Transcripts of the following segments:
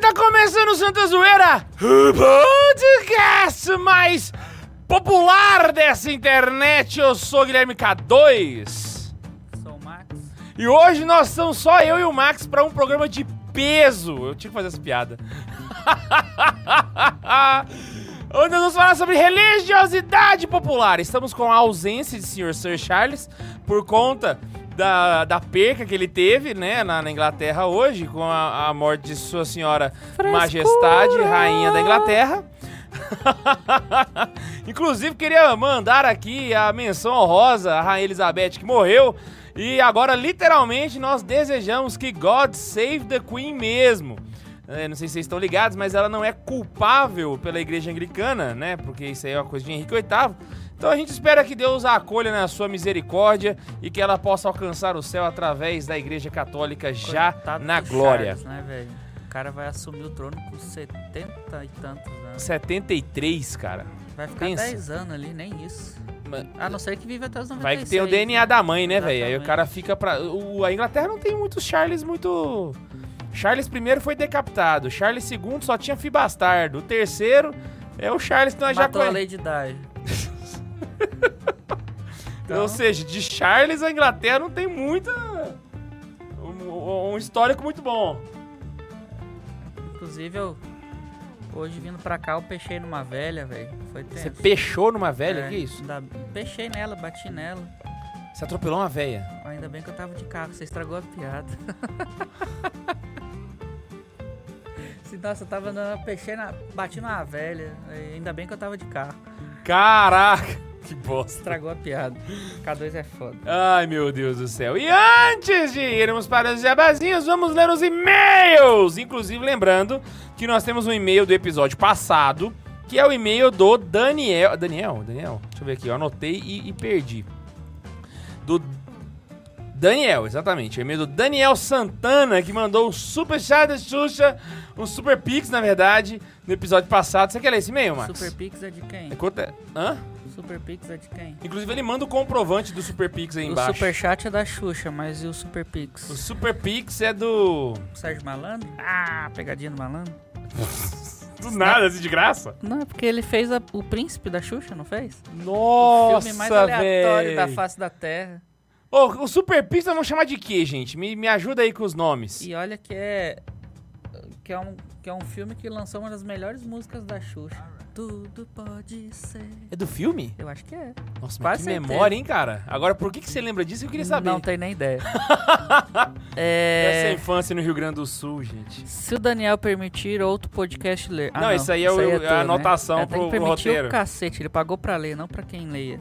Tá começando o Santa Zoeira, o podcast mais popular dessa internet. Eu sou Guilherme K2 Sou o Max. e hoje nós estamos só eu e o Max pra um programa de peso. Eu tinha que fazer essa piada. Onde nós vamos falar sobre religiosidade popular. Estamos com a ausência de Sr. Sir Charles por conta da, da perca que ele teve, né, na, na Inglaterra hoje, com a, a morte de Sua Senhora Majestade, Rainha da Inglaterra. Inclusive, queria mandar aqui a menção honrosa à Rainha Elizabeth, que morreu. E agora, literalmente, nós desejamos que God save the Queen mesmo. É, não sei se vocês estão ligados, mas ela não é culpável pela igreja anglicana, né? Porque isso aí é uma coisa de Henrique VIII. Então a gente espera que Deus a acolha na sua misericórdia e que ela possa alcançar o céu através da igreja católica já Coitado na do glória. Charles, né, velho? O cara vai assumir o trono com 70 e tantos anos. 73, cara. Vai ficar Pensa. 10 anos ali, nem isso. Ma- A não ser que vive até os 96. Vai que tem o DNA da mãe, né, velho? Aí o Exatamente. cara fica pra. O, a Inglaterra não tem muitos Charles muito. Charles I foi decapitado, Charles II só tinha fi bastardo, o terceiro é o Charles que nós já Matou a conhecemos. Lady Di. Ou seja, de Charles a Inglaterra não tem muita. Um, um histórico muito bom. Inclusive, eu... Hoje vindo pra cá, eu pechei numa velha, velho. Foi tempo. Você pechou numa velha, É. que isso? Pechei nela, bati nela. Você atropelou uma velha. Ainda bem que eu tava de carro, você estragou a piada. Se, Nossa, eu tava andando, pechei na, bati numa velha. Ainda bem que eu tava de carro. Caraca! Que bosta. Estragou a piada. K2 é foda. Ai, meu Deus do céu. E antes de irmos para os jabazinhos, vamos ler os e-mails. Inclusive, lembrando que nós temos um e-mail do episódio passado, que é o e-mail do Daniel. Daniel? Daniel? Deixa eu ver aqui, eu anotei e, e perdi. Do Daniel, exatamente. O e-mail do Daniel Santana, que mandou um super chat da Xuxa, um super pix, na verdade, no episódio passado. Você quer ler esse e-mail, Max? Super Pix é de quem? É quanto é? Hã? Super Pix é de quem? Inclusive, ele manda o comprovante do super pix aí O embaixo. Superchat é da Xuxa, mas e o Super O Pix? Super Pix é do. O Sérgio Malandro? Ah, pegadinha do malandro? Do nada, assim, de graça? Não, é porque ele fez a- o príncipe da Xuxa, não fez? o Nossa, filme mais aleatório véi. da face da Terra. Ô, o Super Pix nós vamos chamar de quê, gente? Me, me ajuda aí com os nomes. E olha que é. Que é, um, que é um filme que lançou uma das melhores músicas da Xuxa. Tudo pode ser. É do filme? Eu acho que é. Nossa, mas Quase que certeza. memória, hein, cara? Agora, por que, que você lembra disso? Eu queria saber. Não tenho nem ideia. Essa é. infância no Rio Grande do Sul, gente. Se o Daniel permitir, outro podcast ler. Ah, Não, isso aí é o- é a teu, anotação É, tem pro- que pro permitir roteiro. o cacete, ele pagou pra ler, não pra quem leia.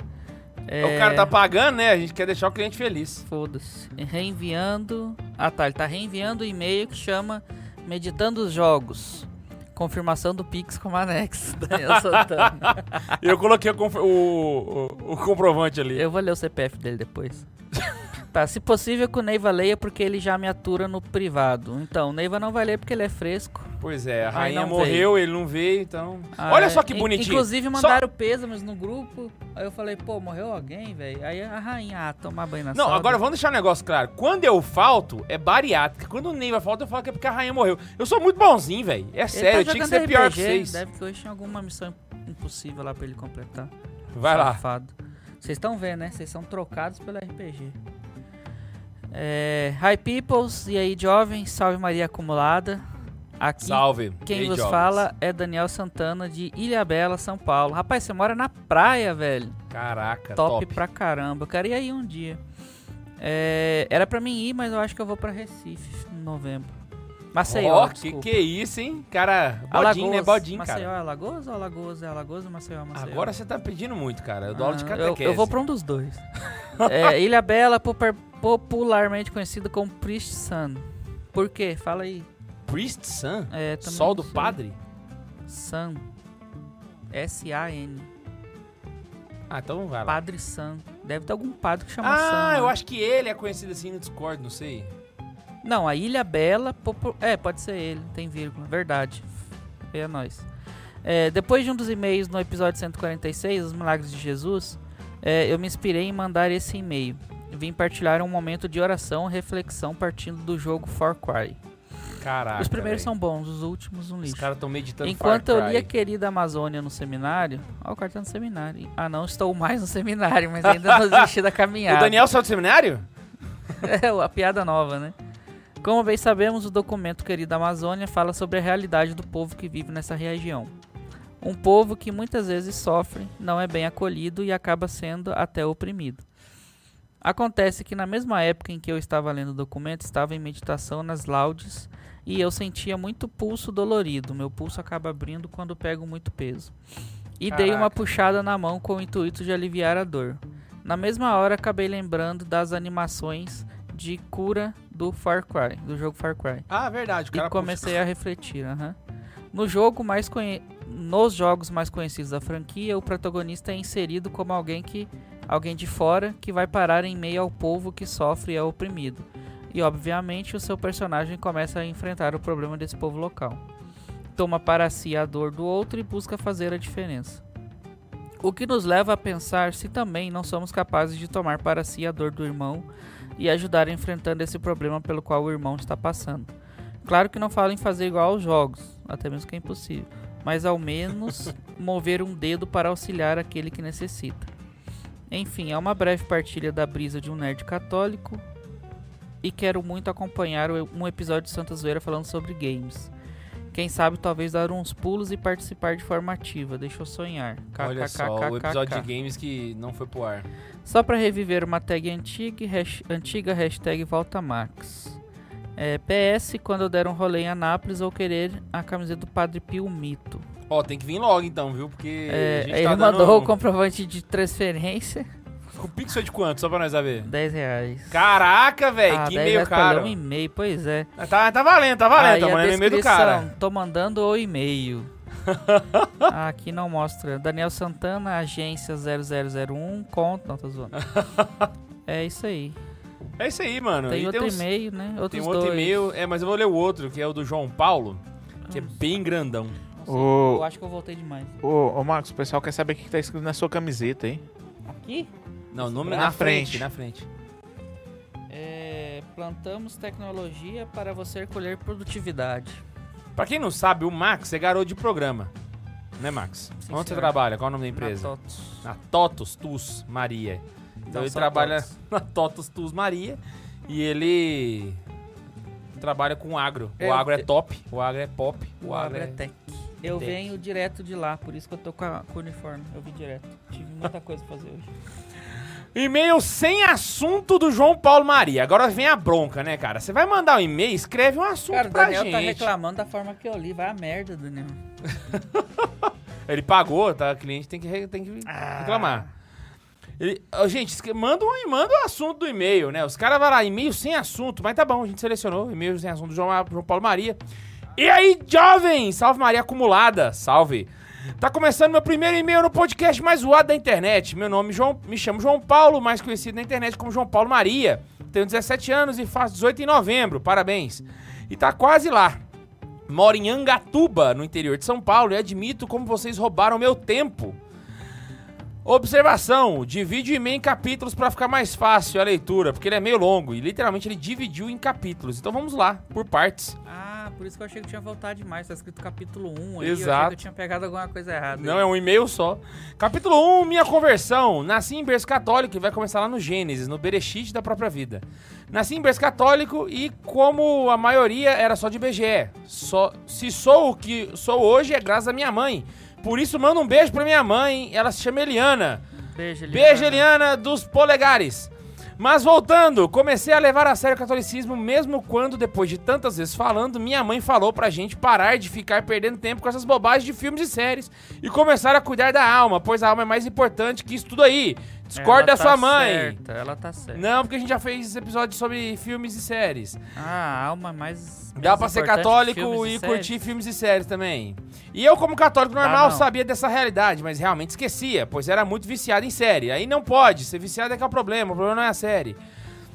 O É. cara tá pagando, né? A gente quer deixar o cliente feliz. Foda-se. Reenviando. Ah tá, ele tá reenviando o e-mail que chama Meditando os Jogos. Confirmação do Pix como anexo. Daniel Santana. Eu coloquei o, conf- o- o- o comprovante ali. Eu vou ler o CPF dele depois. Tá, se possível que o Neiva leia porque ele já me atura no privado. Então, o Neiva não vai ler porque ele é fresco. Pois é, a Aí rainha não morreu, ele não veio, então. Ah, Olha é. só que In- bonitinho. Inclusive Só- mandaram pêsames no grupo. Aí eu falei, pô, morreu alguém, velho. Aí a rainha, ah, tomar banho na Não, soda. agora vamos deixar um negócio claro. Quando eu falto, é bariátrica. Quando o Ney vai falta, eu falo que é porque a rainha morreu. Eu sou muito bonzinho, velho. É Ele sério, eu tá tinha que ser jogando pior que RPG, vocês. Deve que hoje tinha alguma missão impossível lá pra ele completar. Vai lá. Safado. Vocês estão vendo, né? Vocês são trocados pelo RPG. É, hi peoples, e aí jovens, salve Maria acumulada. Aqui Salve. quem Ei, vos jovens. fala é Daniel Santana de Ilhabela, São Paulo. Rapaz, você mora na praia, velho. Caraca, top, É top. pra caramba. Eu quero ir aí um dia. É, era pra mim ir, mas eu acho que eu vou pra Recife em novembro. Maceió, Ó, que desculpa. que é isso, hein? Cara, bodinho, Alagoas. né? Bodinho, Maceió cara. é Alagoas ou Alagoas é Alagoas ou Maceió é Maceió? Agora você tá pedindo muito, cara. Eu dou aula de Ah, eu, catequese. eu vou pra um dos dois. é, Ilha Bela, popar- popularmente conhecida como Priest Sun. Por quê? Fala aí. Priest Sun? É, também Sol não do sei. Padre? Sun. S-A-N. Ah, então vai lá. Padre Sun. Deve ter algum padre que chama Sun. Ah, né? eu acho que ele é conhecido assim no Discord, não sei. Não, a Ilha Bela. popu- É, pode ser ele, tem vírgula. Verdade. É nóis. É, depois de um dos e-mails no episódio 146, Os Milagres de Jesus, é, eu me inspirei em mandar esse e-mail. Vim partilhar um momento de oração e reflexão partindo do jogo Far Cry. Caraca. os primeiros velho. são bons, os últimos um Ah, Os lixo. caras estão meditando Enquanto Far eu Cry. lia Querida Amazônia no seminário. Ó, o cartão do seminário. Ah, não, estou mais no seminário, mas ainda não desisti da caminhada. O Daniel saiu do seminário? É o- a piada nova, né? Como bem sabemos, o documento Querida Amazônia fala sobre a realidade do povo que vive nessa região. Um povo que muitas vezes sofre, não é bem acolhido e acaba sendo até oprimido. Acontece que na mesma época em que eu estava lendo o documento, estava em meditação nas laudes e eu sentia muito pulso dolorido. Meu pulso acaba abrindo quando pego muito peso. E dei uma Caraca. puxada na mão com o intuito de aliviar a dor. Na mesma hora, acabei lembrando das animações de cura do Far Cry, do jogo Far Cry. Ah, verdade. O E cara comecei a refletir, aham. No jogo mais conhe... nos jogos mais conhecidos da franquia, o protagonista é inserido como alguém que alguém de fora que vai parar em meio ao povo que sofre e é oprimido. E obviamente o seu personagem começa a enfrentar o problema desse povo local. Toma para si a dor do outro e busca fazer a diferença. O que nos leva a pensar se também não somos capazes de tomar para si a dor do irmão e ajudar enfrentando esse problema pelo qual o irmão está passando. Claro que não falo em fazer igual aos jogos, até mesmo que é impossível, mas ao menos mover um dedo para auxiliar aquele que necessita. Enfim, é uma breve partilha da brisa de um nerd católico e quero muito acompanhar o- um episódio de Santa Zoeira falando sobre games. Quem sabe talvez dar uns pulos e participar de forma ativa, deixa eu sonhar. Olha só, o episódio KKKKK. de games que não foi pro ar. Só para reviver uma tag antiga, e hash- antiga hashtag VoltaMax. É, PS, quando eu der um rolê em Anápolis, vou querer a camiseta do Padre Pio Mito. Ó, tem que vir logo então, viu? Porque É, a gente ele tá dando... mandou o comprovante de transferência, O Pix foi de quanto? Só pra nós saber. 10 reais. Caraca, velho, Ah, é que 10 e-mail reais pra ler caro. um e-mail, pois é. Tá, tá valendo, tá valendo, Aí tá a valendo o e-mail do descrição, cara. Tô mandando o e-mail. Ah, aqui não mostra. Daniel Santana, agência 0001, conta. Não, tô zoando. É isso aí. É isso aí, mano. Tem E outro uns- e-mail, né? Outros Tem um outro dois. e-mail, é, mas eu vou ler o outro, que é o do João Paulo, que Ah. é bem grandão. Eu Ô, acho que eu voltei demais. ô, ô, Marcos, o pessoal quer saber o que que tá escrito na sua camiseta, hein? Aqui? Não, nome Na na frente, frente. na frente. É, plantamos tecnologia para você colher produtividade. Pra quem não sabe, o Max é garoto de programa. Né, Max? Sim, Onde você senhor. trabalha? Qual é o nome da empresa? Na TOTS. Na Totos Tus Maria. Então Não, ele só trabalha TOTS. na Totos Tus Maria e ele trabalha com agro. O É, agro é eu- top, o agro é pop, o agro é... Agretec. Eu Tech. venho direto de lá, por isso que eu tô com, a- com o uniforme. Eu vim direto. Tive muita coisa pra fazer hoje. E-mail sem assunto do João Paulo Maria. Agora vem a bronca, né, cara? Você vai mandar um e-mail, escreve um assunto Cara, o pra Daniel gente. tá reclamando da forma que eu li. Vai a merda, Daniel. Ele pagou, tá? O cliente tem que, re- tem que reclamar. Ele- Ó, gente, esque- manda, um, manda o assunto do e-mail, né? Os caras vão lá, e-mail sem assunto. Mas tá bom, a gente selecionou e-mail sem assunto do João, João Paulo Maria. E aí, jovem! Salve Maria acumulada! Salve! Tá começando meu primeiro e-mail no podcast mais zoado da internet. Meu nome é João, me chamo João Paulo, mais conhecido na internet como João Paulo Maria. Tenho 17 anos e faço 18 em novembro. Parabéns. E tá quase lá. Moro em Angatuba, no interior de São Paulo, e admito como vocês roubaram meu tempo. Observação: divide o e-mail em capítulos para ficar mais fácil a leitura, porque ele é meio longo e literalmente ele dividiu em capítulos. Então vamos lá, por partes. Ah, por isso que eu achei que tinha voltado demais. Tá escrito capítulo 1 aí. Eu achei Exato. que eu tinha pegado alguma coisa errada. Não, é um e-mail só. Capítulo 1, minha conversão. Nasci em berço católico e vai começar lá no Gênesis, no Berechite da própria vida. Nasci em berço católico e, como a maioria, era só de BGE. Só, se sou o que sou hoje, é graças à minha mãe. Por isso, manda um beijo pra minha mãe. Ela se chama Eliana. Beijo, Eliana. é- Beijo, Eliana, dos polegares. Mas voltando, comecei a levar a sério o catolicismo mesmo quando, depois de tantas vezes falando, minha mãe falou pra gente parar de ficar perdendo tempo com essas bobagens de filmes e séries e começar a cuidar da alma, pois a alma é mais importante que isso tudo aí. Discorda da Ela tá sua mãe. Certa, ela tá certa. Não, porque a gente já fez episódio sobre filmes e séries. Ah, a alma mais. Dá menos pra ser importante que católico filmes e séries. curtir filmes e séries também. E eu, como católico normal, não. sabia dessa realidade, mas realmente esquecia, pois era muito viciado em série. Aí não pode, ser viciado é que é o problema, o problema não é a série.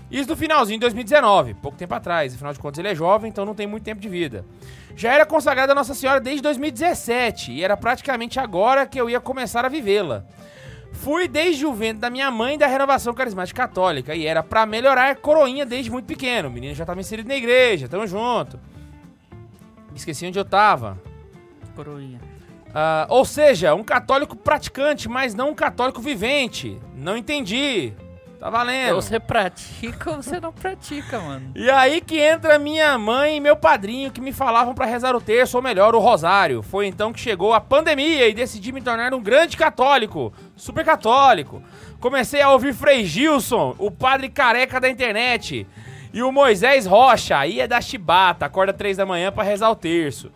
Isso no finalzinho de 2019, pouco tempo atrás, afinal de contas ele é jovem, então não tem muito tempo de vida. Já era consagrada a Nossa Senhora desde 2017 e era praticamente agora que eu ia começar a vivê-la. Fui desde o vento da minha mãe da renovação carismática católica e era pra melhorar coroinha desde muito pequeno. O menino já tava inserido na igreja, tamo junto. Esqueci onde eu tava. Coroinha. Ah, ou seja, um católico praticante, mas não um católico vivente. Não entendi. Tá valendo. Ou Então você pratica ou você não pratica, mano. E aí que entra minha mãe e meu padrinho que me falavam pra rezar o terço, ou melhor, o rosário. Foi então que chegou a pandemia e decidi me tornar um grande católico, super católico. Comecei a ouvir Frei Gilson, o padre careca da internet, e o Moisés Rocha, aí é da chibata, acorda três da manhã pra rezar o terço.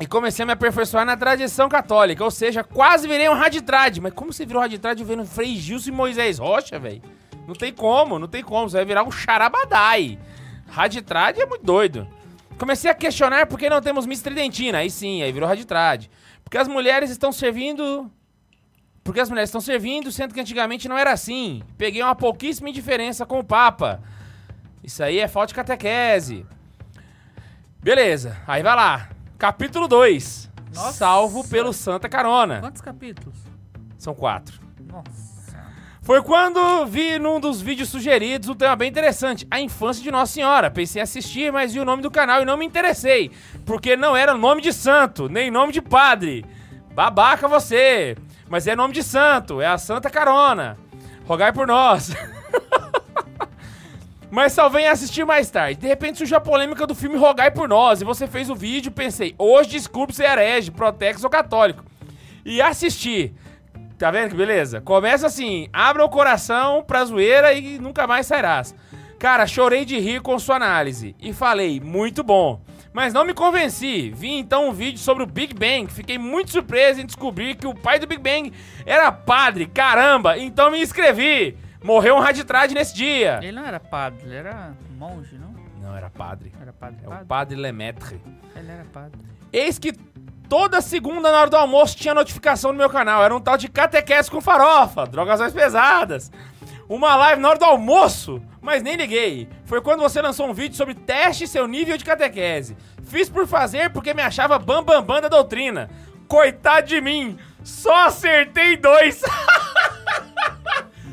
E comecei a me aperfeiçoar na tradição católica, ou seja, quase virei um raditrade. Mas como você virou raditrade vendo Frei Gilson e Moisés Rocha, velho? Não tem como, não tem como. Você vai virar um charabadai. Raditrade é muito doido. Comecei a questionar por que não temos Miss Tridentina. Aí sim, aí virou raditrade. Porque as mulheres estão servindo... Porque as mulheres estão servindo, sendo que antigamente não era assim. Peguei uma pouquíssima indiferença com o Papa. Isso aí é falta de catequese. Beleza, aí vai lá. Capítulo 2. Nossa. Salvo pelo Santa Carona. Quantos capítulos? São quatro. Nossa. Foi quando vi num dos vídeos sugeridos um tema bem interessante, a infância de Nossa Senhora. Pensei em assistir, mas vi o nome do canal e não me interessei, porque não era nome de santo, nem nome de padre. Babaca você! Mas é nome de santo, é a Santa Carona. Rogai por nós. mas só venha assistir mais tarde. De repente surgiu a polêmica do filme Rogai por Nós, e você fez o vídeo, pensei, hoje desculpe ser herege, protex ou católico. E assisti. Tá vendo que beleza? Começa assim, abra o coração pra zoeira e nunca mais sairás. Cara, chorei de rir com sua análise e falei, muito bom. Mas não me convenci. Vi então um vídeo sobre o Big Bang. Fiquei muito surpreso em descobrir que o pai do Big Bang era padre. Caramba! Então me inscrevi. Morreu um raditrade nesse dia. Ele não era padre, ele era monge, não? Não, era padre. Era padre, É o padre? padre Lemaitre. Ele era padre. Eis que toda segunda na hora do almoço tinha notificação no meu canal. Era um tal de catequese com farofa, drogas mais pesadas. Uma live na hora do almoço, mas nem liguei. Foi quando você lançou um vídeo sobre teste e seu nível de catequese. Fiz por fazer porque me achava bambambam bam, bam da doutrina. Coitado de mim, só acertei dois.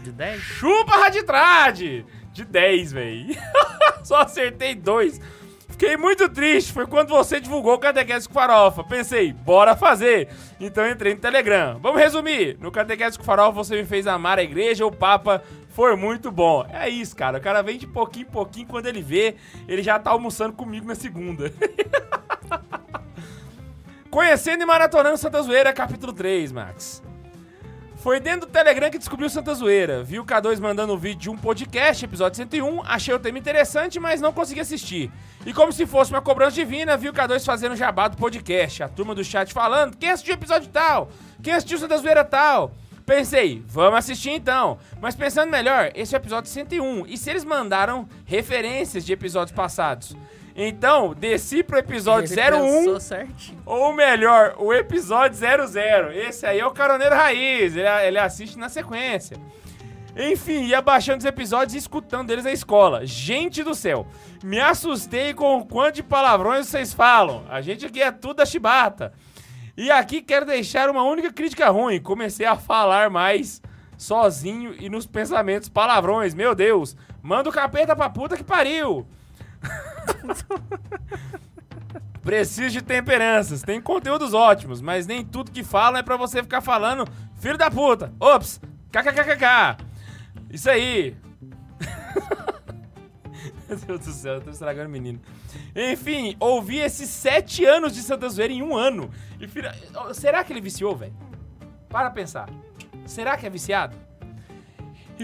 De 10? Chupa Raditrade! De 10, véi. Só acertei dois. Fiquei muito triste, foi quando você divulgou o Catequese com Farofa. Pensei, bora fazer. Então entrei no Telegram. Vamos resumir. No Catequese com Farofa você me fez amar a igreja, o Papa. Foi muito bom. É isso, cara. O cara vem de pouquinho em pouquinho. Quando ele vê, ele já tá almoçando comigo na segunda. Conhecendo e maratonando Santa Zoeira, capítulo 3, Max. Foi dentro do Telegram que descobriu Santa Zoeira. Vi o K2 mandando um vídeo de um podcast, episódio 101, achei o tema interessante, mas não consegui assistir. E como se fosse uma cobrança divina, vi o K2 fazendo jabá do podcast, a turma do chat falando, quem assistiu o episódio tal? Quem assistiu Santa Zoeira tal? Pensei, vamos assistir então. Mas pensando melhor, esse é o episódio 101, e se eles mandaram referências de episódios passados? Então, desci pro episódio 01... Sou certinho. Ou melhor, o episódio 00. Esse aí é o Caroneiro Raiz. Ele, ele assiste na sequência. Enfim, ia baixando os episódios e escutando eles na escola. Gente do céu, me assustei com o quanto de palavrões vocês falam. A gente aqui é tudo da chibata. E aqui quero deixar uma única crítica ruim. Comecei a falar mais sozinho e nos pensamentos palavrões. Meu Deus, manda o capeta pra puta que pariu. Preciso de temperanças. Tem conteúdos ótimos, mas nem tudo que falam é pra você ficar falando filho da puta. Ops, kkkk. Isso aí. Meu Deus do céu, eu tô estragando o menino. Enfim, ouvi esses sete anos de Santa Zoeira em um ano. E fira- Será que ele viciou, velho? Para pensar. Será que é viciado? E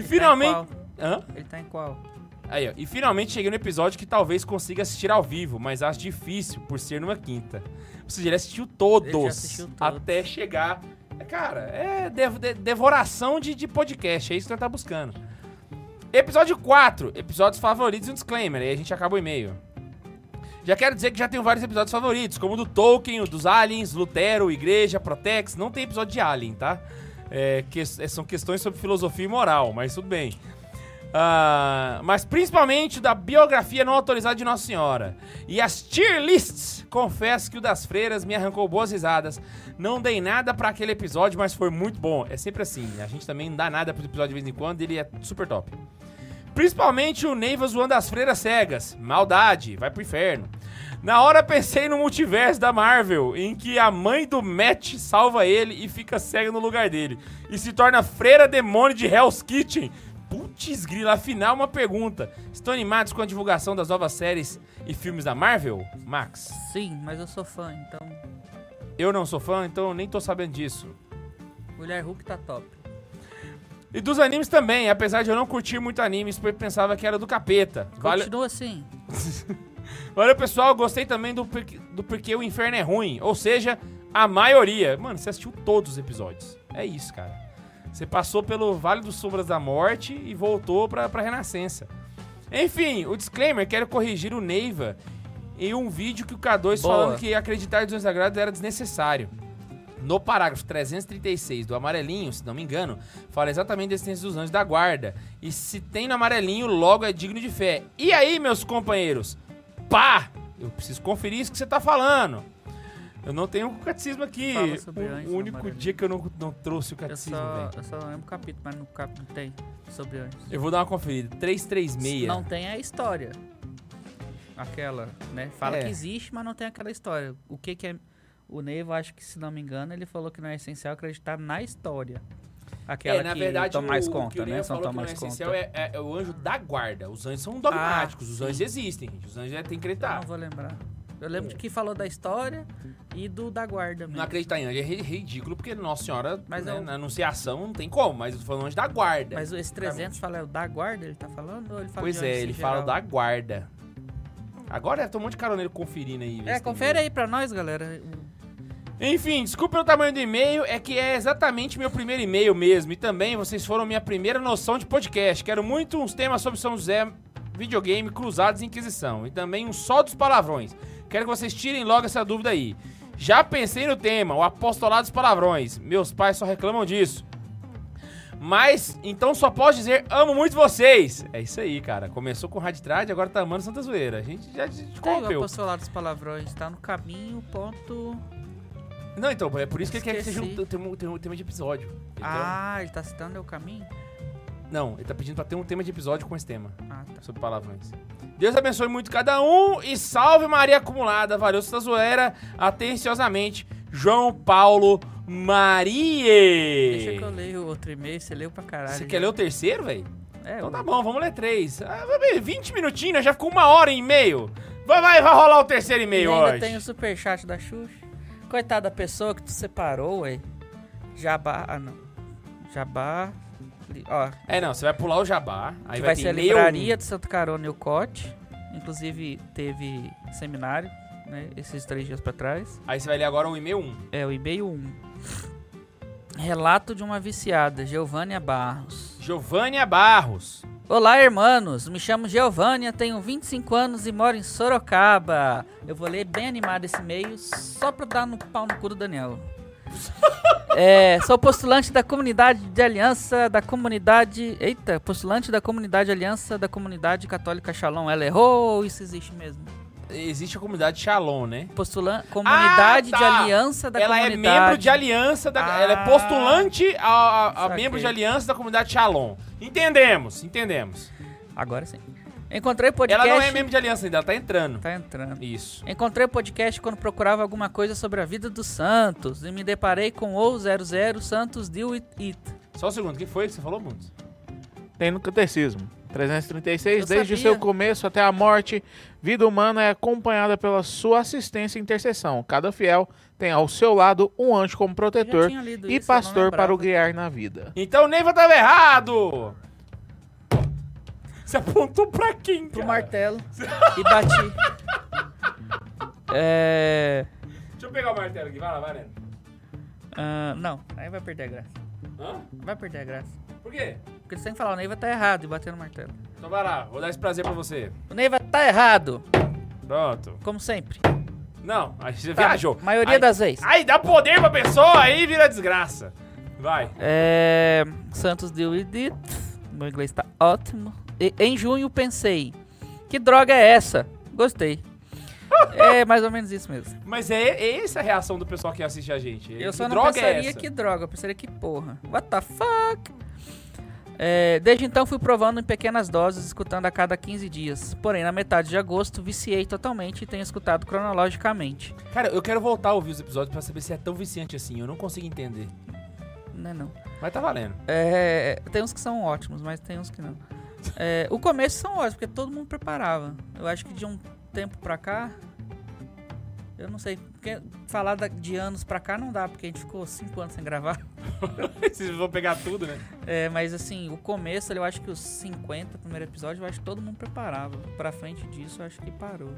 Tá em finalmente... qual? Hã? Ele tá em qual? Aí, ó. E finalmente cheguei no episódio que talvez consiga assistir ao vivo, mas acho difícil por ser numa quinta. Ou seja, ele assistiu todos. Ele já assistiu todos. Até chegar. Cara, é dev- de- devoração de, de podcast. É isso que nós tá buscando. Episódio 4. Episódios favoritos e um disclaimer. Aí a gente acaba o e-mail. Já quero dizer que já tenho vários episódios favoritos, como o do Tolkien, o dos Aliens, Lutero, Igreja, Protex. Não tem episódio de Alien, tá? É, que- são questões sobre filosofia e moral, mas tudo bem. Ah, mas principalmente da biografia não autorizada de Nossa Senhora. E as tier lists. Confesso que o das freiras me arrancou boas risadas. Não dei nada pra aquele episódio, mas foi muito bom. É sempre assim. A gente também não dá nada pro episódio de vez em quando. Ele é super top. Principalmente o Neiva zoando as freiras cegas. Maldade, vai pro inferno. Na hora pensei no multiverso da Marvel, em que a mãe do Matt salva ele e fica cega no lugar dele. E se torna freira demônio de Hell's Kitchen. Putz grila, afinal uma pergunta. Estão animados com a divulgação das novas séries e filmes da Marvel? Max, Sim, mas eu sou fã, então. eu não sou fã, então eu nem tô sabendo disso. Mulher Hulk tá top. E dos animes também, apesar de eu não curtir muito animes, porque pensava que era do capeta. Valeu, Continua assim. Valeu, pessoal. Gostei também do, porqu- do Porquê o Inferno é Ruim. Ou seja, a maioria. Mano, você assistiu todos os episódios. É isso, cara. Você passou pelo Vale dos Sombras da Morte e voltou pra, pra Renascença. Enfim, o disclaimer: quero corrigir o Neiva em um vídeo que o K2 Boa. falando que acreditar em doenças sagradas era desnecessário. No parágrafo 336 do amarelinho, se não me engano, fala exatamente da existência dos anjos da guarda. E se tem no amarelinho, logo é digno de fé. E aí, meus companheiros? Pá! Eu preciso conferir isso que você tá falando. Eu não tenho o catecismo aqui. Fala sobre anjos O, no o único amarelinho. dia que eu não, não trouxe o Eu catecismo, só, velho. eu só não lembro o capítulo, mas no capítulo tem sobre anjos. Eu vou dar uma conferida. Se 336. Não tem a história. Aquela, né? Fala É. que existe, mas não tem aquela história. O que que é... O Neiva, acho que, se não me engano, ele falou que não é essencial acreditar na história. Aquela é, na que verdade, Tomás o, o que conta, o né? Leon São falou que não é Tomás conta. essencial é, é- é o anjo da guarda. Os anjos são dogmáticos. os anjos existem, gente. Os anjos é, tem que Eu acreditar. não vou lembrar. Eu lembro de que falou da história e do da guarda mesmo. Não acreditar em anjo é ri- ridículo, porque Nossa Senhora, Mas né, eu- na anunciação, não tem como. Mas eu tô falando anjo da guarda. Mas esse 300 fala é o da guarda, ele tá falando? Ou ele fala pois de é, antes em ele fala geral? da guarda. Agora tem um monte de caroneiro conferindo aí. É, confere aí pra nós, galera. Enfim, desculpa pelo tamanho do e-mail, é que é exatamente meu primeiro e-mail mesmo. E também vocês foram minha primeira noção de podcast. Quero muito uns temas sobre São José, videogame, cruzados e Inquisição. E também um só dos palavrões. Quero que vocês tirem logo essa dúvida aí. Já pensei no tema, o apostolado dos palavrões. Meus pais só reclamam disso. Mas, então só posso dizer, amo muito vocês. É isso aí, cara. Começou com Raditrade, agora tá amando Santa Zoeira. A gente Tem é já o descobriu. apostolado dos palavrões, tá no caminho, ponto... Não, então, é por isso que ele quer que seja um, Esqueci. tem um- tem um tema de episódio. Ele quer um- Ah, ele tá citando o caminho? Não, ele tá pedindo pra ter um tema de episódio com esse tema, Ah, tá. sobre palavrões. Deus abençoe muito cada um e salve Maria Acumulada. Valeu, Santa Zoeira. Atenciosamente, João Paulo Deixa que eu Marie. leio o outro e-mail, você leu pra caralho. Você já. quer ler o terceiro, velho? É, Então o- tá bom, vamos ler três. Ah, vai ver, 20 minutinhos, já ficou uma hora e meio. Vai, vai, vai rolar o E terceiro e-mail ainda hoje. tem o superchat da Xuxa. Coitada da pessoa que tu separou, ué. Jabá. Ah, não. Jabá. li- Ó, É, não, você vai pular o jabá. Aí que vai, vai ter ser a e-mail. um. livraria de Santo Carona e o Cote. Inclusive, teve seminário, né? Esses três dias pra trás. Aí você vai ler agora o e-mail 1. É, o e-mail 1. Relato de uma viciada, Giovânia Barros. Giovânia Barros. Olá, irmãos. Me chamo Giovânia, tenho 25 anos e moro em Sorocaba. Eu vou ler bem animado esse e-mail só pra dar no pau no cu do Daniel. É, sou postulante da comunidade de aliança da comunidade. Eita, postulante da comunidade aliança da comunidade católica Shalom. Ela errou, isso existe mesmo. Existe a comunidade Shalom, né? Postulante. Comunidade tá. de aliança da ela comunidade. é membro de aliança, da, Ah. ela é postulante a, a- a Saquei. membro de aliança da comunidade Shalom. Entendemos, entendemos. Agora sim. Encontrei podcast. Ela não é membro de aliança ainda, ela tá entrando. Tá entrando. Isso. Encontrei o podcast quando procurava alguma coisa sobre a vida dos Santos e me deparei com o 00 Santos Deal It. It. Só um segundo, o que foi que você falou, Bundes? Tem no catecismo. 336, Eu desde sabia. seu começo até a morte, vida humana é acompanhada pela sua assistência e intercessão. Cada fiel tem ao seu lado um anjo como protetor tinha lido e isso, eu não pastor para lembrava. o guiar na vida. Então o Neiva tava errado! Você apontou pra quem, Pro cara? martelo e bati. É. Deixa eu pegar o martelo aqui, vai lá, vai, Neno. ah, não, aí vai perder a graça. Hã? Vai perder a graça. Por quê? Porque você tem que falar, o Neiva tá errado e bater no martelo. Então vai lá, vou dar esse prazer pra você. O Neiva tá errado, Pronto. como sempre. Não, aí você Tá, viajou. Maioria aí, das vezes. Aí dá poder pra pessoa, aí vira desgraça. Vai. É, Santos deu edit. Meu inglês tá ótimo. E- em junho pensei, que droga é essa? Gostei. é mais ou menos isso mesmo. Mas é, é essa a reação do pessoal que assiste a gente. Eu que só não droga é pensaria essa? que droga, eu pensaria que porra. What the fuck? É, desde então fui provando em pequenas doses, escutando a cada 15 dias. Porém, na metade de agosto, viciei totalmente e tenho escutado cronologicamente. Cara, eu quero voltar a ouvir os episódios pra saber se é tão viciante assim. Eu não consigo entender. Não é não. Mas tá valendo. É, tem uns que são ótimos, mas tem uns que não. É, o começo são ótimos, porque todo mundo preparava. Eu acho que de um tempo pra cá. Eu não sei, porque falar da- de anos pra cá não dá, porque a gente ficou cinco anos sem gravar. Vocês vão pegar tudo, né? É, mas assim, o começo, eu acho que os 50, primeiro episódio, eu acho que todo mundo preparava. Pra frente disso, eu acho que parou.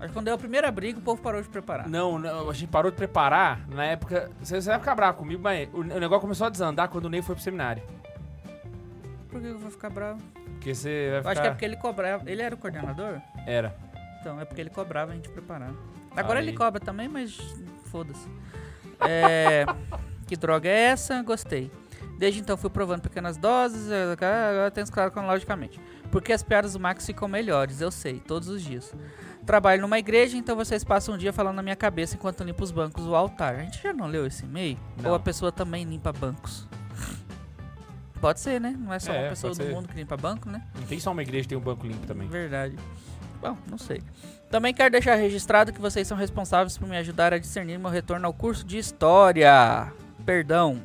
Acho que quando deu a primeira briga, o povo parou de preparar. Não, não, a gente parou de preparar na época. Você você vai ficar bravo comigo, mas o, o negócio começou a desandar quando o Ney foi pro seminário. Por que eu vou ficar bravo? Porque você vai Eu ficar. acho que é porque ele cobrava. Ele era o coordenador? Era. Então, é porque ele cobrava a gente preparar. Agora Aí. ele cobra também, mas foda-se. É, que droga é essa? Gostei. Desde então fui provando pequenas doses, eh, agora tenho claro cronologicamente. Porque as piadas do Max ficam melhores, eu sei, todos os dias. Trabalho numa igreja, então vocês passam um dia falando na minha cabeça enquanto limpo os bancos do altar. A gente já não leu esse e-mail? Não. Ou a pessoa também limpa bancos? Pode ser, né? Não é só É, uma pessoa pode do ser. mundo que limpa banco, né? Não tem só uma igreja que tem um banco limpo também. Verdade. Bom, não sei. Também quero deixar registrado que vocês são responsáveis por me ajudar a discernir meu retorno ao curso de História. Perdão.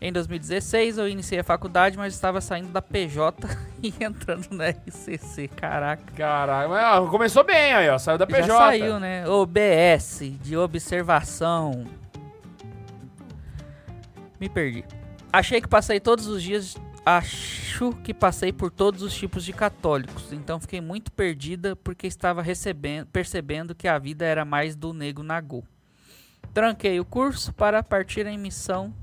Em 2016 eu iniciei a faculdade, mas estava saindo da PJ e entrando na RCC. Caraca. Caralho, mas ó, começou bem aí, ó. Saiu da PJ. Já saiu, né? OBS, de observação. Me perdi. Achei que passei todos os dias. Acho que passei por todos os tipos de católicos. Então fiquei muito perdida porque estava recebendo, percebendo que a vida era mais do nego nagô. Tranquei o curso para partir em missão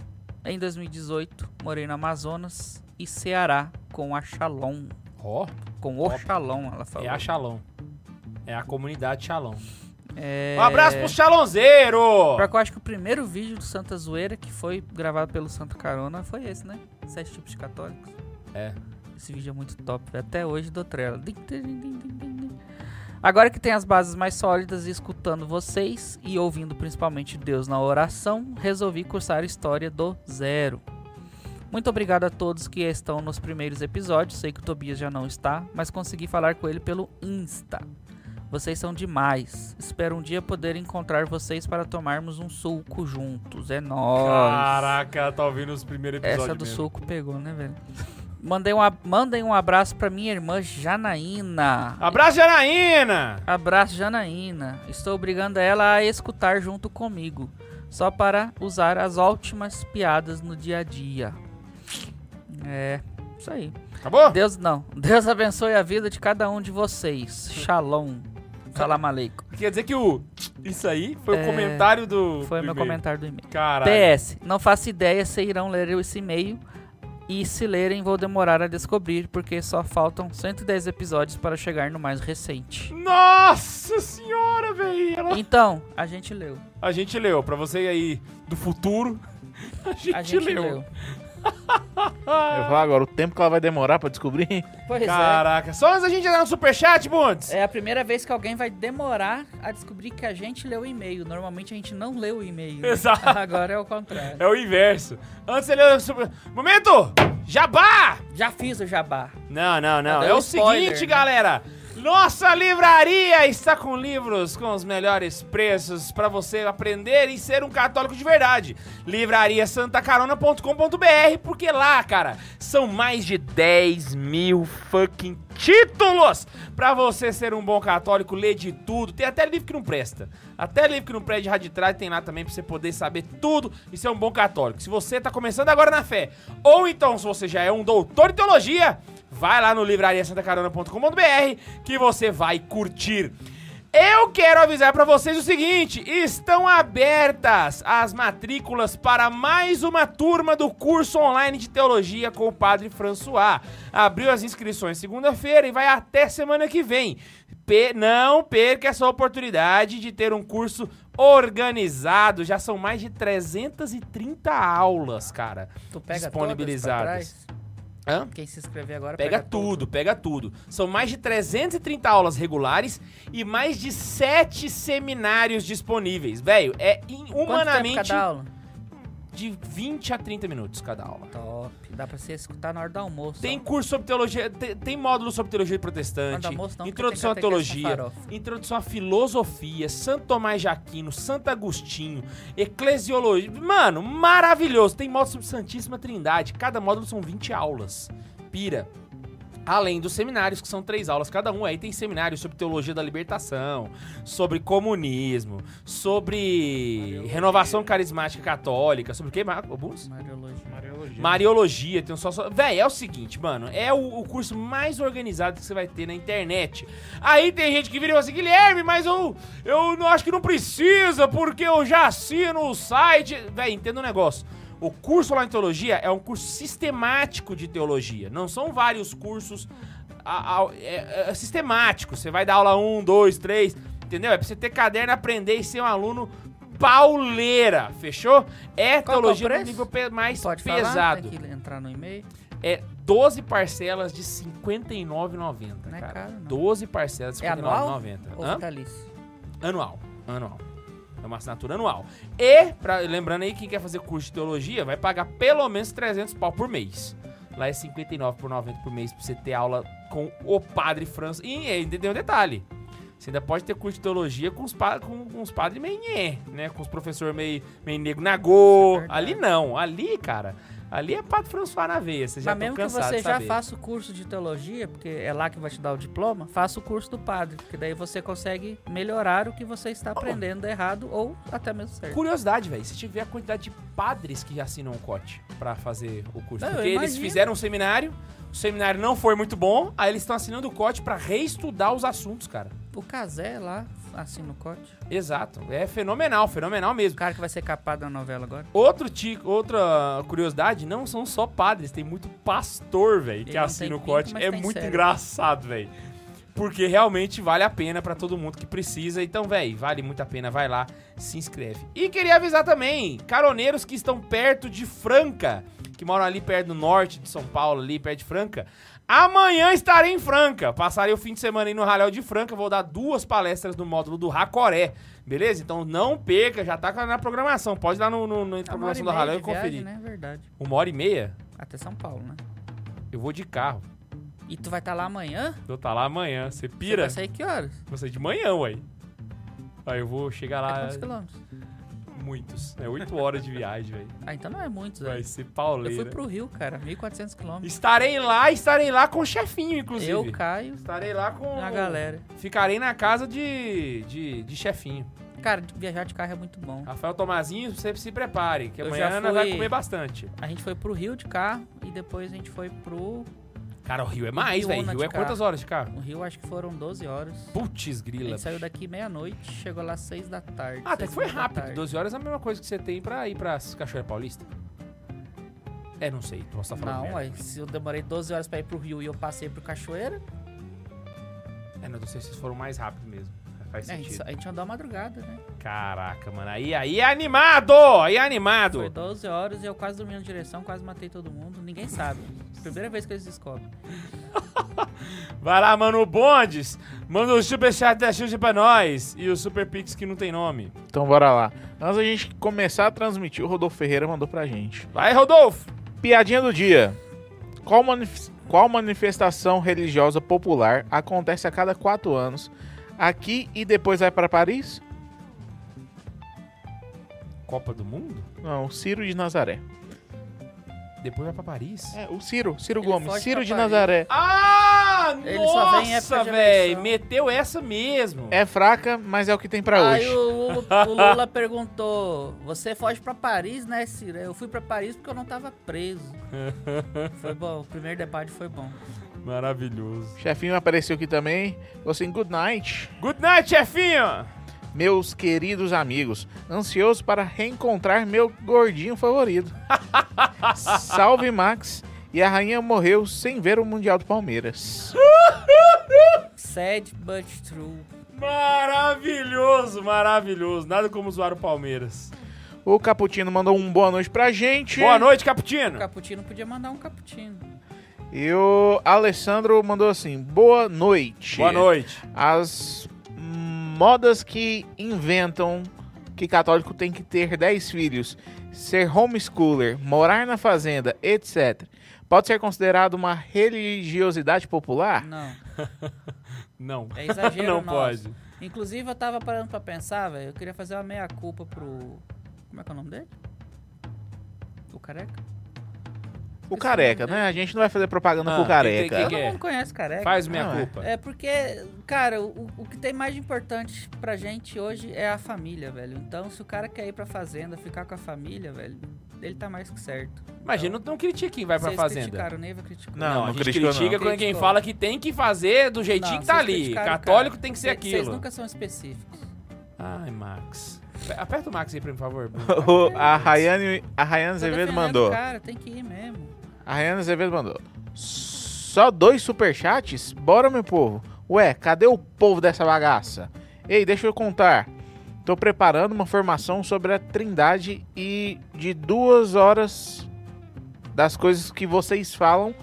em 2018. Morei no Amazonas e Ceará com a Shalom. Ó, Com o Top. Shalom, ela falou. é a Shalom. É a comunidade Shalom. É... Um abraço pro Shalonzeiro! Pior que eu acho que o primeiro vídeo do Santa Zoeira que foi gravado pelo Santa Carona foi esse, né? Sete tipos de católicos. É. Esse vídeo é muito top. velho. Até hoje dou trela. Din, din, din, din, din, din. Agora que tem as bases mais sólidas e escutando vocês e ouvindo principalmente Deus na oração, resolvi cursar História do Zero. Muito obrigado a todos que estão nos primeiros episódios. Sei que o Tobias já não está, mas consegui falar com ele pelo Insta. Vocês são demais. Espero um dia poder encontrar vocês para tomarmos um suco juntos. É nóis. Caraca, tá ouvindo os primeiros episódios. Essa é do mesmo. soco pegou, né, velho? Mandei um, ab- mandem um abraço pra minha irmã Janaína. Abraço, Janaína! Abraço, Janaína. Estou obrigando ela a escutar junto comigo. Só para usar as últimas piadas no dia a dia. É, isso aí. Acabou? Deus não. Deus abençoe a vida de cada um de vocês. Shalom. Salam aleikum. Quer dizer que o. Isso aí foi É, o comentário do. Foi o meu do e-mail. comentário do e-mail. Caralho. PS, não faço ideia se irão ler esse e-mail. E se lerem, vou demorar a descobrir, porque só faltam 110 episódios para chegar no mais recente. Nossa senhora, velho! Ela- Então, a gente leu. A gente leu, pra você aí do futuro. A gente, A gente leu. leu. Eu falo agora, o tempo que ela vai demorar pra descobrir. Pois Caraca, só antes a gente entrar no superchat, Bundes! é. É a primeira vez que alguém vai demorar a descobrir que a gente leu o e-mail. Normalmente a gente não leu o e-mail. né? Exato. Agora é o contrário. É o inverso. Antes ele era super... Momento! Jabá! Já fiz o jabá. Não, não, Ah, não. deu É o spoiler, seguinte, né? galera. Nossa livraria está com livros com os melhores preços para você aprender e ser um católico de verdade. Livrariasantacarona.com.br, porque lá, cara, são mais de 10 mil fucking títulos para você ser um bom católico, ler de tudo. Tem até livro que não presta. Até livro que não presta de raditrade tem lá também pra você poder saber tudo e ser um bom católico. Se você tá começando agora na fé, ou então se você já é um doutor em teologia, Vai lá no livrariasantacarona.com.br que você vai curtir. Eu quero avisar pra vocês o seguinte: estão abertas as matrículas para mais uma turma do curso online de teologia com o Padre François. Abriu as inscrições segunda-feira e vai até semana que vem. Pe- não perca essa oportunidade de ter um curso organizado. Já são mais de 330 aulas, cara. Tu pega Disponibilizadas. todas pra trás? Hã? Quem se inscrever agora Pega, pega, tudo, pega tudo. São mais de 330 aulas regulares e mais de 7 seminários disponíveis. Velho, é in- Quanto tempo humanamente cada aula? de 20 a 30 minutos cada aula. Top. top. Dá pra você escutar na hora do almoço. Tem curso sobre teologia, tem, tem módulo sobre teologia protestante, Manda almoço, não, porque introdução à tem catequese teologia, com farofa. introdução à filosofia, Santo Tomás de Aquino, Santo Agostinho, eclesiologia. Mano, maravilhoso. Tem módulo sobre Santíssima Trindade. Cada módulo são 20 aulas. Pira. Além dos seminários, que são três aulas cada um. Aí tem seminários sobre teologia da libertação, sobre comunismo, sobre renovação carismática católica, sobre o que, Marco? Obus? Mariologia. Mariologia. Mariologia, tem um só. só... Véi, é o seguinte, mano. É o, o curso mais organizado que você vai ter na internet. Aí tem gente que vira e fala assim: Guilherme, mas eu, eu não- acho que não precisa, porque eu já assino o site. Véi, entenda um negócio. O curso lá em teologia é um curso sistemático de teologia. Não são vários cursos a- a- é- é sistemático. Você vai dar aula 1, 2, 3, entendeu? É pra você ter caderno, aprender e ser um aluno pauleira, fechou? É Qual que é o teologia no preço? nível pe- mais Pode falar, é pesado. tem que entrar no e-mail. É 12 parcelas de R$ 59,90, Não é cara. caro, não. 12 parcelas de É R$ anual? 59,90. Ou Hã? vitalício? Anual. Anual. É uma assinatura anual. E, pra- lembrando aí, quem quer fazer curso de teologia vai pagar pelo menos 300 pau por mês. Lá é 59 por 90 por mês pra você ter aula com o padre Franço. E ainda tem um detalhe. Você ainda pode ter curso de teologia com os, pa- com, com os padres meio nhé, né? Com os professores meio, meio nego Isso é nagô. verdade. ali não. Ali, cara, ali é padre François na veia. Você já Mas tá mesmo que cansado você de já saber. faça o curso de teologia, porque é lá que vai te dar o diploma, faça o curso do padre, porque daí você consegue melhorar o que você está aprendendo errado ou até mesmo certo. Curiosidade, velho. Se tiver a quantidade de padres que assinam o COT pra fazer o curso. Não, eu porque eles imagino. fizeram um seminário, o seminário não foi muito bom, aí eles estão assinando o COT pra reestudar os assuntos, cara. O Casé lá, assim no corte. Exato. É fenomenal, fenomenal O mesmo. cara que vai ser capado na novela agora. Outro tico, outra curiosidade, não são só padres, tem muito pastor, velho, Ele que não assina tem o pinto, corte. mas É tem muito cérebro. engraçado, velho. Porque realmente vale a pena pra todo mundo que precisa. Então, velho, vale muito a pena. Vai lá, se inscreve. E queria avisar também, caroneiros que estão perto de Franca, que moram ali perto do norte de São Paulo, ali perto de Franca. Amanhã estarei em Franca. Passarei o fim de semana aí no Ralhão de Franca. Vou dar duas palestras no módulo do Racoré. Beleza? Então não perca, já tá na programação. Pode ir lá no, no, É uma na hora programação do Ralhão e de viagem, conferir. né? Verdade. Uma hora e meia, Até São Paulo, né? eu vou de carro. E tu vai estar lá amanhã? Eu tá lá amanhã. Você Você pira? vai sair que horas? Vou sair de manhã, ué. Aí eu vou chegar É lá quantos quilômetros? muitos. É 8 horas de viagem, velho. Ah, então não é muitos, Vai velho. ser Eu pauleira. fui pro Rio, cara, 1.400 quilômetros. Estarei lá, estarei lá com o chefinho, inclusive. Eu, Caio, Estarei lá com... a galera. Ficarei na casa de, de, de chefinho. Cara, viajar de carro é muito bom. Rafael Tomazinho, você se prepare, que Eu amanhã a já Ana vai fui- comer bastante. A gente foi pro Rio de carro e depois a gente foi pro. Cara, o Rio é mais, Rio velho. anda Rio de é quantas horas de carro? O Rio acho que foram 12 horas. Putz, A grila. gente saiu daqui meia-noite, chegou lá 6 da tarde. Ah, até seis que foi e meia da rápido. tarde. 12 horas é a mesma coisa que você tem pra ir pras Cachoeira Paulista. É, não sei. Posso estar falando Não, merda. ué, se eu demorei 12 horas pra ir pro Rio e eu passei pro Cachoeira, né, É, não, não sei se vocês foram mais rápido mesmo. Faz a gente, sentido. a gente andou a madrugada, né? Caraca, mano. Aí, aí é animado! Aí é animado! Foi 12 horas e eu quase dormi na direção, quase matei todo mundo. Ninguém sabe. Primeira vez que eles descobrem. Vai lá, mano, Bondes. Manda o superchat da Xuxa pra nós. E o Super Pix que não tem nome. Então bora lá. Antes da gente começar a transmitir, o Rodolfo Ferreira mandou pra gente. Vai, Rodolfo! Piadinha do dia. Qual, manif- qual manifestação religiosa popular acontece a cada quatro anos aqui e depois vai pra Paris? Copa do Mundo? Não, o Ciro de Nazaré. Depois vai pra Paris? É, o Ciro, Ciro Ele Gomes, foge Ciro pra de Paris. Nazaré. Ah! Ele só vem em nossa, época de véi! eleição. Meteu essa mesmo. É fraca, mas é o que tem pra Aí hoje. o Lula, o Lula perguntou: Você foge pra Paris, né, Ciro? Eu fui pra Paris porque eu não tava preso. Foi bom, o primeiro debate foi bom. Maravilhoso. Chefinho apareceu aqui também. Falou assim, good night, Good night, chefinho! meus queridos amigos. Ansioso para reencontrar meu gordinho favorito. Salve, Max. E a rainha morreu sem ver o Mundial do Palmeiras. Sad but true. Maravilhoso, maravilhoso. Nada como zoar o Palmeiras. O Caputino mandou um boa noite pra gente. Boa noite, O Caputino. Caputino podia mandar um caputino. E o Alessandro mandou assim, boa noite. Boa noite. As modas que inventam que católico tem que ter 10 filhos, ser homeschooler, morar na fazenda, etc. Pode ser considerado uma religiosidade popular? Não, Não. é exagero Ah. não nosso. pode. Inclusive, eu tava parando pra pensar, velho. Eu queria fazer uma meia-culpa pro. Como é que é o nome dele? O careca? O careca, né? A gente não vai fazer propaganda Ah, pro que- careca. que- Todo é? mundo conhece o careca. Faz minha Não, é. culpa. É porque, cara, o, o que tem mais de importante pra gente hoje é a família, velho. Então, se o cara quer ir pra fazenda, ficar com a família, velho, ele tá mais que certo. Imagina, não, não critique quem vai pra Vocês fazenda. criticaram, o Neiva criticou. Não, a não gente criticou, não. critica quando quem Criticou. fala que tem que fazer do jeitinho Não, que tá vocês ali. criticaram, Católico cara. tem que ser Cê- Vocês aquilo. nunca são específicos. Ai, Max. Aperta o Max aí pra mim, por favor. Bruno. O- a Rayane, a Rayane Tô Azevedo defendendo o mandou. Cara, tem que ir mesmo. A Rayane Azevedo mandou. Só dois superchats? Bora, meu povo. Ué, cadê o povo dessa bagaça? Ei, deixa eu contar. Tô preparando uma formação sobre a Trindade e de duas horas das coisas que vocês falam,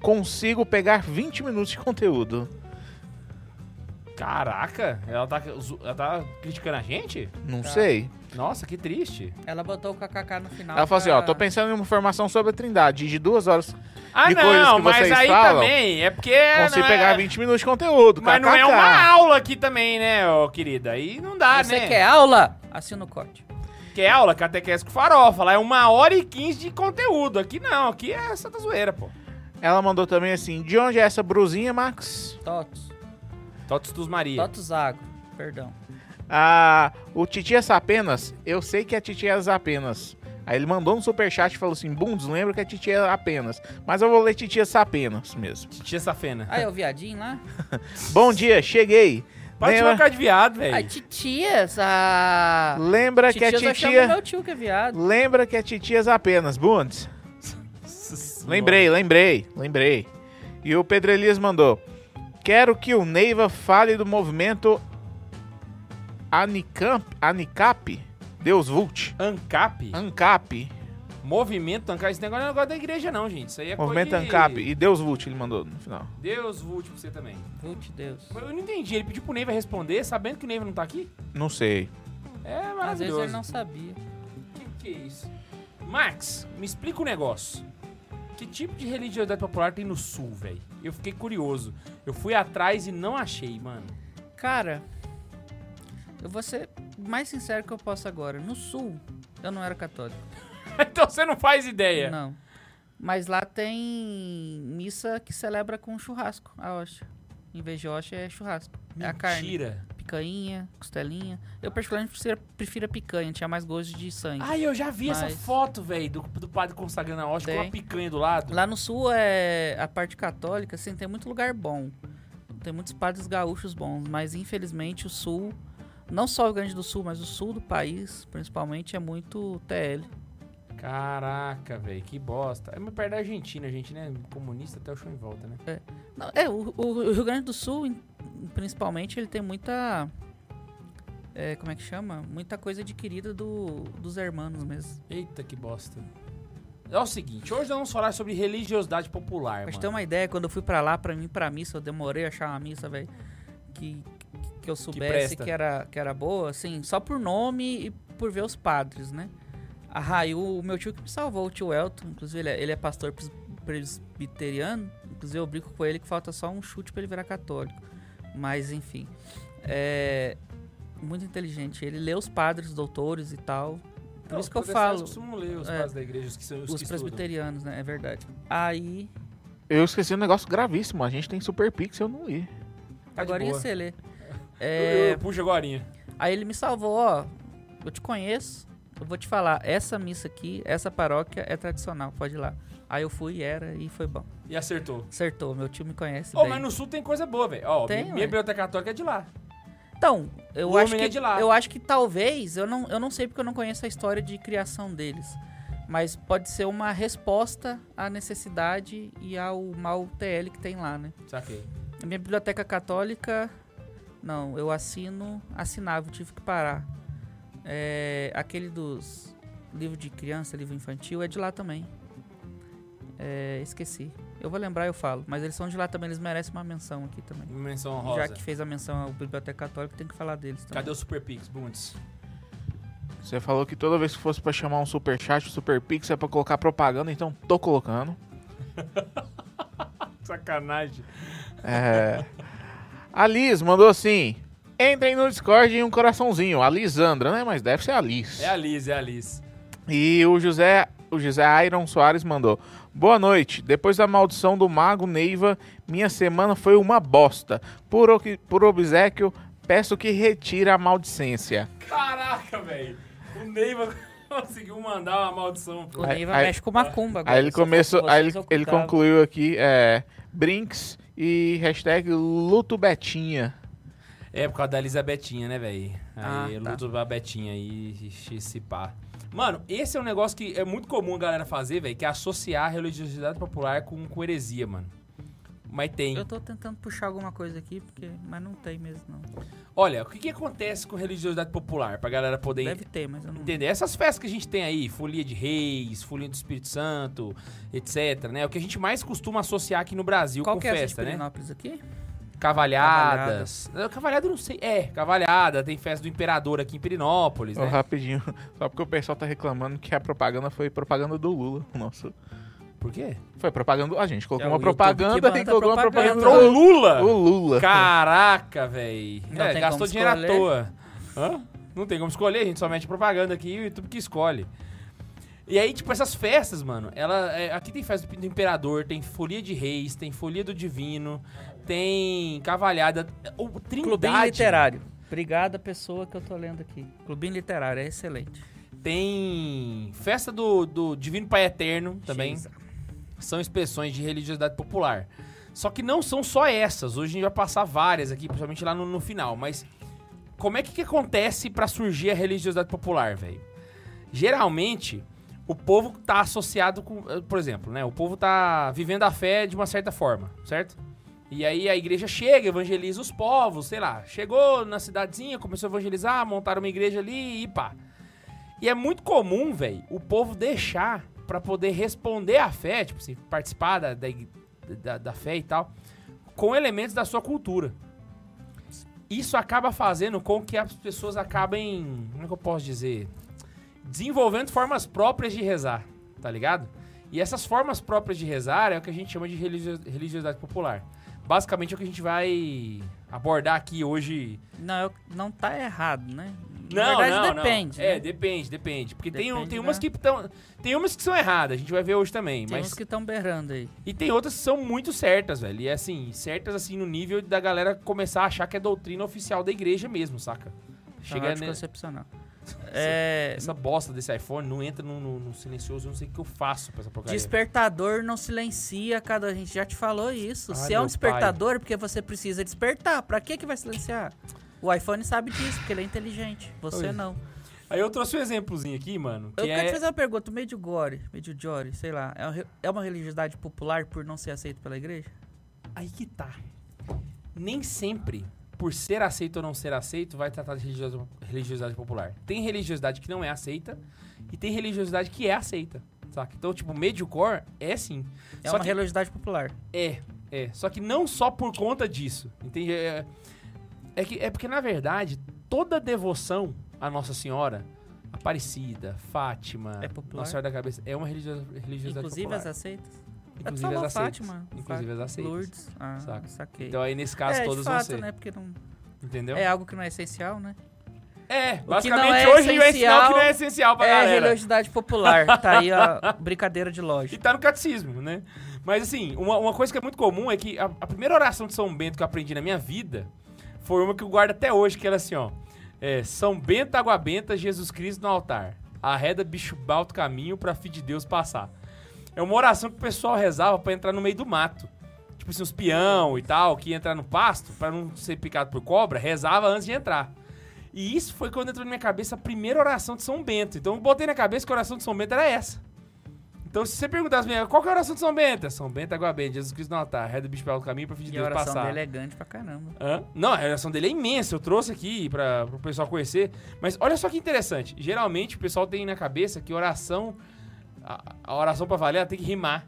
consigo pegar 20 minutos de conteúdo. Caraca, ela tá, zo- ela tá criticando a gente? Não Tá. sei. Nossa, que triste. Ela botou o kkk no final. Ela falou assim, pra- ó, tô pensando em uma formação sobre a Trindade e de duas horas Ah, De coisas não, que mas vocês aí falam, também é porque. não consigo é- pegar 20 minutos de conteúdo. Mas não é kkk. uma aula aqui também, né, ô, querida? Aí não dá, Você né? quer aula? Assina o código. Quer aula? Catequese com farofa. Lá é uma hora e quinze de conteúdo. Aqui não, aqui é santa zoeira, pô. Ela mandou também assim, de onde é essa brusinha, Max? Totos. Totos dos Maria. Totos Água. Perdão. Ah, o Titias Apenas, eu sei que é Titias Apenas. Aí ele mandou um superchat e falou assim: Bundes, lembra que é Titias Apenas. Mas eu vou ler Titias Apenas mesmo. Tia Safena. Aí, o viadinho lá. Bom dia, cheguei. Pode te Lembra, trocar de viado, Ai, velho. titias. Ah... lembra que é Titias, eu chamo Titia. meu tio que é viado. Lembra que é Titias Apenas, Bundes. Lembrei, lembrei, lembrei. E o Pedro Elias mandou: Quero que o Neiva fale do movimento Anicamp, Anicap, Deus Vult, Ancap? Ancap, Movimento Ancap. Esse negócio não é negócio da igreja, não, gente. Isso aí é Movimento coisa de- Ancap e Deus Vult, ele mandou no final. Deus vult pra você também. Putz, Deus. Eu não entendi. Ele pediu pro Neiva responder, sabendo que o Neiva não tá aqui? Não sei. É maravilhoso. Às vezes ele não sabia. Que, que é isso? Max, me explica um negócio. Que tipo de religiosidade popular tem no sul, velho? Eu fiquei curioso. Eu fui atrás e não achei, mano. Cara, eu vou ser mais sincero que eu posso agora. No sul, eu não era católico. então você não faz ideia. Não. Mas lá tem missa que celebra com churrasco, a Osha. Em vez de Osha, é churrasco. É a carne. Mentira. Picanha, costelinha. Eu, particularmente, prefiro- prefiro a picanha, tinha mais gosto de sangue. Ai, eu já vi essa Mas- foto, velho, do, do padre consagrando a hóstia com Tem. uma picanha do lado. Lá no sul é a parte católica, assim, tem muito lugar bom. Tem muitos padres gaúchos bons, mas infelizmente o sul, não só o Rio Grande do Sul, mas o sul do país, principalmente, é muito TL. Caraca, velho, que bosta. É mas perto da Argentina, gente, né? Comunista até o chão em volta, né? Não, é, o, o- o Rio Grande do Sul, em- principalmente, ele tem muita. é, como é que chama? Muita coisa adquirida do, dos hermanos mesmo. Eita, que bosta. É o seguinte, hoje nós vamos falar sobre religiosidade popular, Pra te ter mano. uma ideia, quando eu fui pra lá, pra mim, pra missa, eu demorei a achar uma missa, velho, que, que eu soubesse presta. que, era, que era boa, assim, só por nome e por ver os padres, né? Ah, e o meu tio que me salvou, o tio Elton, inclusive ele é, ele é pastor pres- presbiteriano, inclusive eu brinco com ele que falta só um chute pra ele virar católico. Mas, enfim, é muito inteligente. Ele lê os padres, doutores e tal, por Não, isso que eu Então, os protestantes falo, costumam ler os é, padres da igreja, os que são os, os que estudam. presbiterianos, né? É verdade. Aí, Eu esqueci um negócio gravíssimo. A gente tem Super Pix, eu não li. Tá de agora ia boa. ser ler. Eu, é. eu puxo agora. Aí ele me salvou, ó. Eu te conheço. Eu vou te falar, essa missa aqui, essa paróquia é tradicional, pode ir lá. Aí eu fui, era e foi bom. E acertou. Acertou, meu tio me conhece Ô, bem. mas no sul tem coisa boa, velho. Ó, Tem, minha ué. biblioteca católica é de lá. Então, eu O acho homem que é de lá. eu acho que talvez, eu não, eu não sei porque eu não conheço a história de criação deles, mas pode ser uma resposta à necessidade e ao mal TL que tem lá, né? Saquei. A minha biblioteca católica, não, eu assino, assinava, eu tive que parar. É, aquele dos livro de criança, livro infantil, é de lá também. É, esqueci. Eu vou lembrar, eu falo. Mas eles são de lá também, eles merecem uma menção aqui também. Menção Já honrosa. que fez a menção ao Biblioteca Católica, tem que falar deles também. Cadê o Super Pix, Bundes? Você falou que toda vez que fosse pra chamar um superchat, um super pix é pra colocar propaganda, então tô colocando. Sacanagem. É. A Liz mandou assim: entrem no Discord e um coraçãozinho. A Lisandra, né? Mas deve ser a Liz. É a Liz, é a Liz. E o José, o José Iron Soares mandou. Boa noite. Depois da maldição do mago Neiva, minha semana foi uma bosta. Por, o que- por obsequio, peço que retire a maldicência. Caraca, velho. O Neiva conseguiu mandar uma maldição. O Aí- Neiva aí- mexe com é macumba agora. Aí ele se eu fosse começou, vocês, aí ele, eu ele cuidava. concluiu aqui, é, Brinks e hashtag Luto Betinha. É, por causa da Elisabetinha, né, velho? Ah, Aí, tá. luto da Betinha aí, ixi, se pá. Mano, esse é um negócio que é muito comum a galera fazer, velho, que é associar a religiosidade popular com, com heresia, mano. Mas tem. Eu tô tentando puxar alguma coisa aqui, porque... mas não tem mesmo, não. Olha, o que, que acontece com religiosidade popular? Pra galera poder Deve ter, mas eu não. Entender? Essas festas que a gente tem aí, Folia de Reis, Folia do Espírito Santo, etc, né? O que a gente mais costuma associar aqui no Brasil Qual com que é essa de festa, né? Pirinópolis aqui? Cavalhadas. Não, Cavalhada eu não sei. É, cavalhada. Tem festa do imperador aqui em Pirinópolis, Ó, né? rapidinho, só porque o pessoal tá reclamando que a propaganda foi propaganda do Lula. Nossa, Por quê? foi propaganda. A gente colocou É, o uma YouTube que propaganda manda e colocou uma propaganda. propaganda Entrou o Lula! O Lula. Caraca, velho. Não É, tem gastou como dinheiro à escolher. toa. Hã? Não tem como escolher, a gente só mete propaganda aqui e o YouTube que escolhe. E aí, tipo, essas festas, mano, ela. é, aqui tem festa do Imperador, tem Folia de Reis, tem Folia do Divino, tem Cavalhada. O Trindade. Clubinho Literário. Obrigada, pessoa que eu tô lendo aqui. Clubinho Literário, é excelente. Tem festa do, do Divino Pai Eterno também. Xisa. São expressões de religiosidade popular. Só que não são só essas. Hoje a gente vai passar várias aqui, principalmente lá no, no final. Mas como é que, que acontece pra surgir a religiosidade popular, velho? Geralmente, o povo tá associado com. eh, Por exemplo, né? O povo tá vivendo a fé de uma certa forma, certo? E aí a igreja chega, evangeliza os povos, sei lá. Chegou na cidadezinha, começou a evangelizar, montaram uma igreja ali e pá. E é muito comum, velho, o povo deixar pra poder responder à fé, tipo assim, participar da, da, ig- da- da fé e tal, com elementos da sua cultura. Isso acaba fazendo com que as pessoas acabem, como é que eu posso dizer, desenvolvendo formas próprias de rezar, tá ligado? E essas formas próprias de rezar é o que a gente chama de religio- religiosidade popular. Basicamente é o que a gente vai abordar aqui hoje Não, eu- não tá errado, né? não, Na verdade, não, depende. Não. né? É, depende, depende. Porque tem, um, Depende tem umas da- que tão, tem umas que são erradas, a gente vai ver hoje também. Tem mas uns que estão beirando aí. Tá E tem outras que são muito certas, velho. E assim, certas assim no nível da galera começar a achar que é doutrina oficial da igreja mesmo, saca? Chega Chegando ne... anticoncepcional. É, Essa bosta desse iPhone não entra no, no- no silencioso, eu não sei o que eu faço pra essa porcaria. despertador não silencia cada. A gente já te falou isso. Ah, Se é um meu despertador, é porque você precisa despertar. Pra que que vai silenciar? O iPhone sabe disso, porque ele é inteligente. Você Oi. não. Aí eu trouxe um exemplozinho aqui, mano. Eu Que quero te é... fazer uma pergunta. O Medjugorje, Medjugorje, sei lá, é um re- é uma religiosidade popular por não ser aceito pela igreja? Aí que tá. Nem sempre, por ser aceito ou não ser aceito, vai tratar de religioso- religiosidade popular. Tem religiosidade que não é aceita e tem religiosidade que é aceita, saca? Então, tipo, Medjugorje é sim. É só uma que religiosidade popular. é, é. Só que não só por conta disso, entende? É, é que, é porque, na verdade, toda devoção à Nossa Senhora, Aparecida, Fátima, É popular? Nossa Senhora da Cabeça, é uma religio- religiosidade Inclusive popular. Tá as aceitas? Inclusive falou as aceitas. Fátima, Inclusive as aceitas. Lourdes? Ah, Saca. saquei. Então aí, nesse caso, é, todas de vão fato, ser. né? Porque não... Entendeu? é algo que não é essencial, né? É, que basicamente não é hoje a gente vai ensinar o que essencial não é essencial pra é galera. religiosidade popular. Tá aí a brincadeira de E loja. tá no catecismo, né? Mas assim, uma, uma coisa que é muito comum é que a, a primeira oração de São Bento que eu aprendi na minha vida foi uma que eu guardo até hoje, que era assim, ó. É, São Bento, água benta, Jesus Cristo no altar. Arreda bicho balto caminho pra filho de Deus passar. É uma oração que o pessoal rezava pra entrar no meio do mato. Tipo assim, os peão e tal, que ia entrar no pasto, pra não ser picado por cobra, rezava antes de entrar. E isso foi quando entrou na minha cabeça a primeira oração de São Bento. Então eu botei na cabeça que a oração de São Bento era essa. Então, se você perguntasse pra mim, qual que é a oração de São Bento? É São Bento, água benta, Jesus Cristo no altar, ré do bicho pelo caminho pra fim de E a Deus oração passar. dele é grande pra caramba. Hã? Não, a relação dele é imensa. Eu trouxe aqui para o pessoal conhecer. Mas olha só que interessante. Geralmente o pessoal tem na cabeça que oração, a, a oração para valer, ela tem que rimar.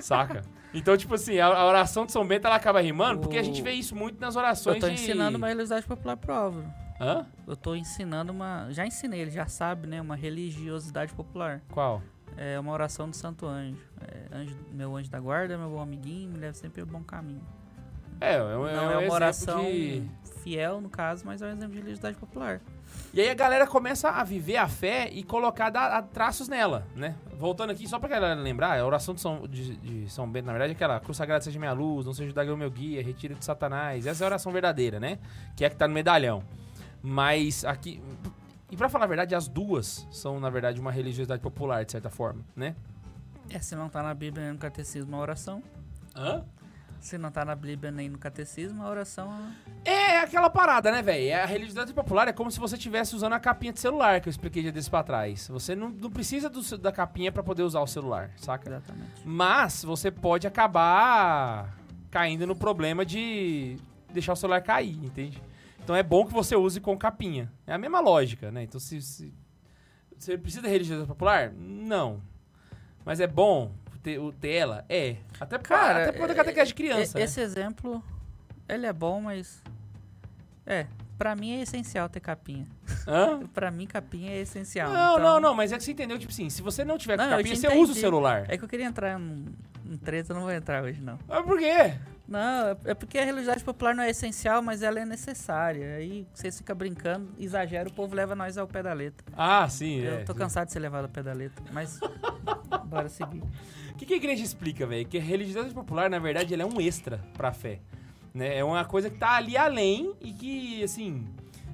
Saca? Então, tipo assim, a- a oração de São Bento ela acaba rimando, porque a gente O- vê isso muito nas orações. Eu tô de- ensinando uma religiosidade popular prova. Hã? Eu tô ensinando uma. Já ensinei, ele já sabe, né? Uma religiosidade popular. Qual? É uma oração do Santo Anjo. É, anjo meu anjo da guarda, meu bom amiguinho, me leva sempre pelo bom caminho. É, é, um- é um Não é, exemplo uma oração de- fiel, no caso, mas é um exemplo de religiosidade popular. E aí a galera começa a viver a fé e colocar da- a- traços nela, né? Voltando aqui, só pra galera lembrar, a oração de São, de- de São Bento, na verdade, é aquela cruz sagrada seja minha luz, não seja o dragão meu guia, retira de Satanás. Essa é a oração verdadeira, né? Que é a que tá no medalhão. Mas aqui. E pra falar a verdade, as duas são, na verdade, uma religiosidade popular, de certa forma, né? É, se não tá na Bíblia nem no catecismo, a oração. Hã? Se não tá na Bíblia nem no catecismo, a oração. é- É aquela parada, né, velho? A religiosidade popular é como se você estivesse usando a capinha de celular, que eu expliquei já desse pra trás. Você não, não precisa do seu- da capinha pra poder usar o celular, saca? Exatamente. Mas você pode acabar caindo no problema de deixar o celular cair, entende? Então é bom que você use com capinha. É a mesma lógica, né? Então se, se- você precisa de religião popular? Não. Mas é bom ter, o- ter ela? É. Até pra, Cara, até pra poder catequese de criança. E- né? Esse exemplo, ele é bom, mas. É, pra mim é essencial ter capinha. Hã? Pra mim, capinha é essencial. Não, então- não, não, mas é que você entendeu, tipo assim, se você não tiver com Não, eu capinha, te você usa o entendi. celular. É que eu queria entrar num, num treta, eu não vou entrar hoje, não. Mas por quê? Não, é- é porque a religiosidade popular não é essencial, mas ela é necessária. Aí vocês ficam brincando, exagera, o povo leva nós ao pé da letra. Ah, sim, é. eu tô cansado de ser levado ao pé da letra, mas bora seguir. O que, que a igreja explica, velho? Que a religiosidade popular, na verdade, ela é um extra pra fé. Né? É uma coisa que tá ali além e que, assim,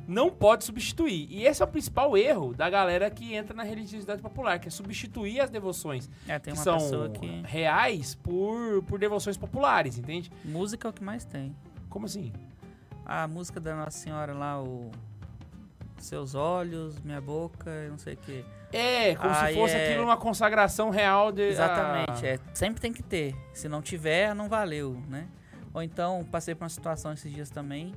não pode substituir. E esse é o principal erro da galera que entra na religiosidade popular, que é substituir as devoções É, tem que uma são pessoa que... reais por, por devoções populares, entende? Música é o que mais tem. Como assim? A música da Nossa Senhora lá, o... Seus olhos, minha boca, eu não sei o que. É, como Aí se fosse é- aquilo uma consagração real de. ah, Exatamente, a- é, sempre tem que ter. Se não tiver, não valeu, né? Ou então, passei por uma situação esses dias também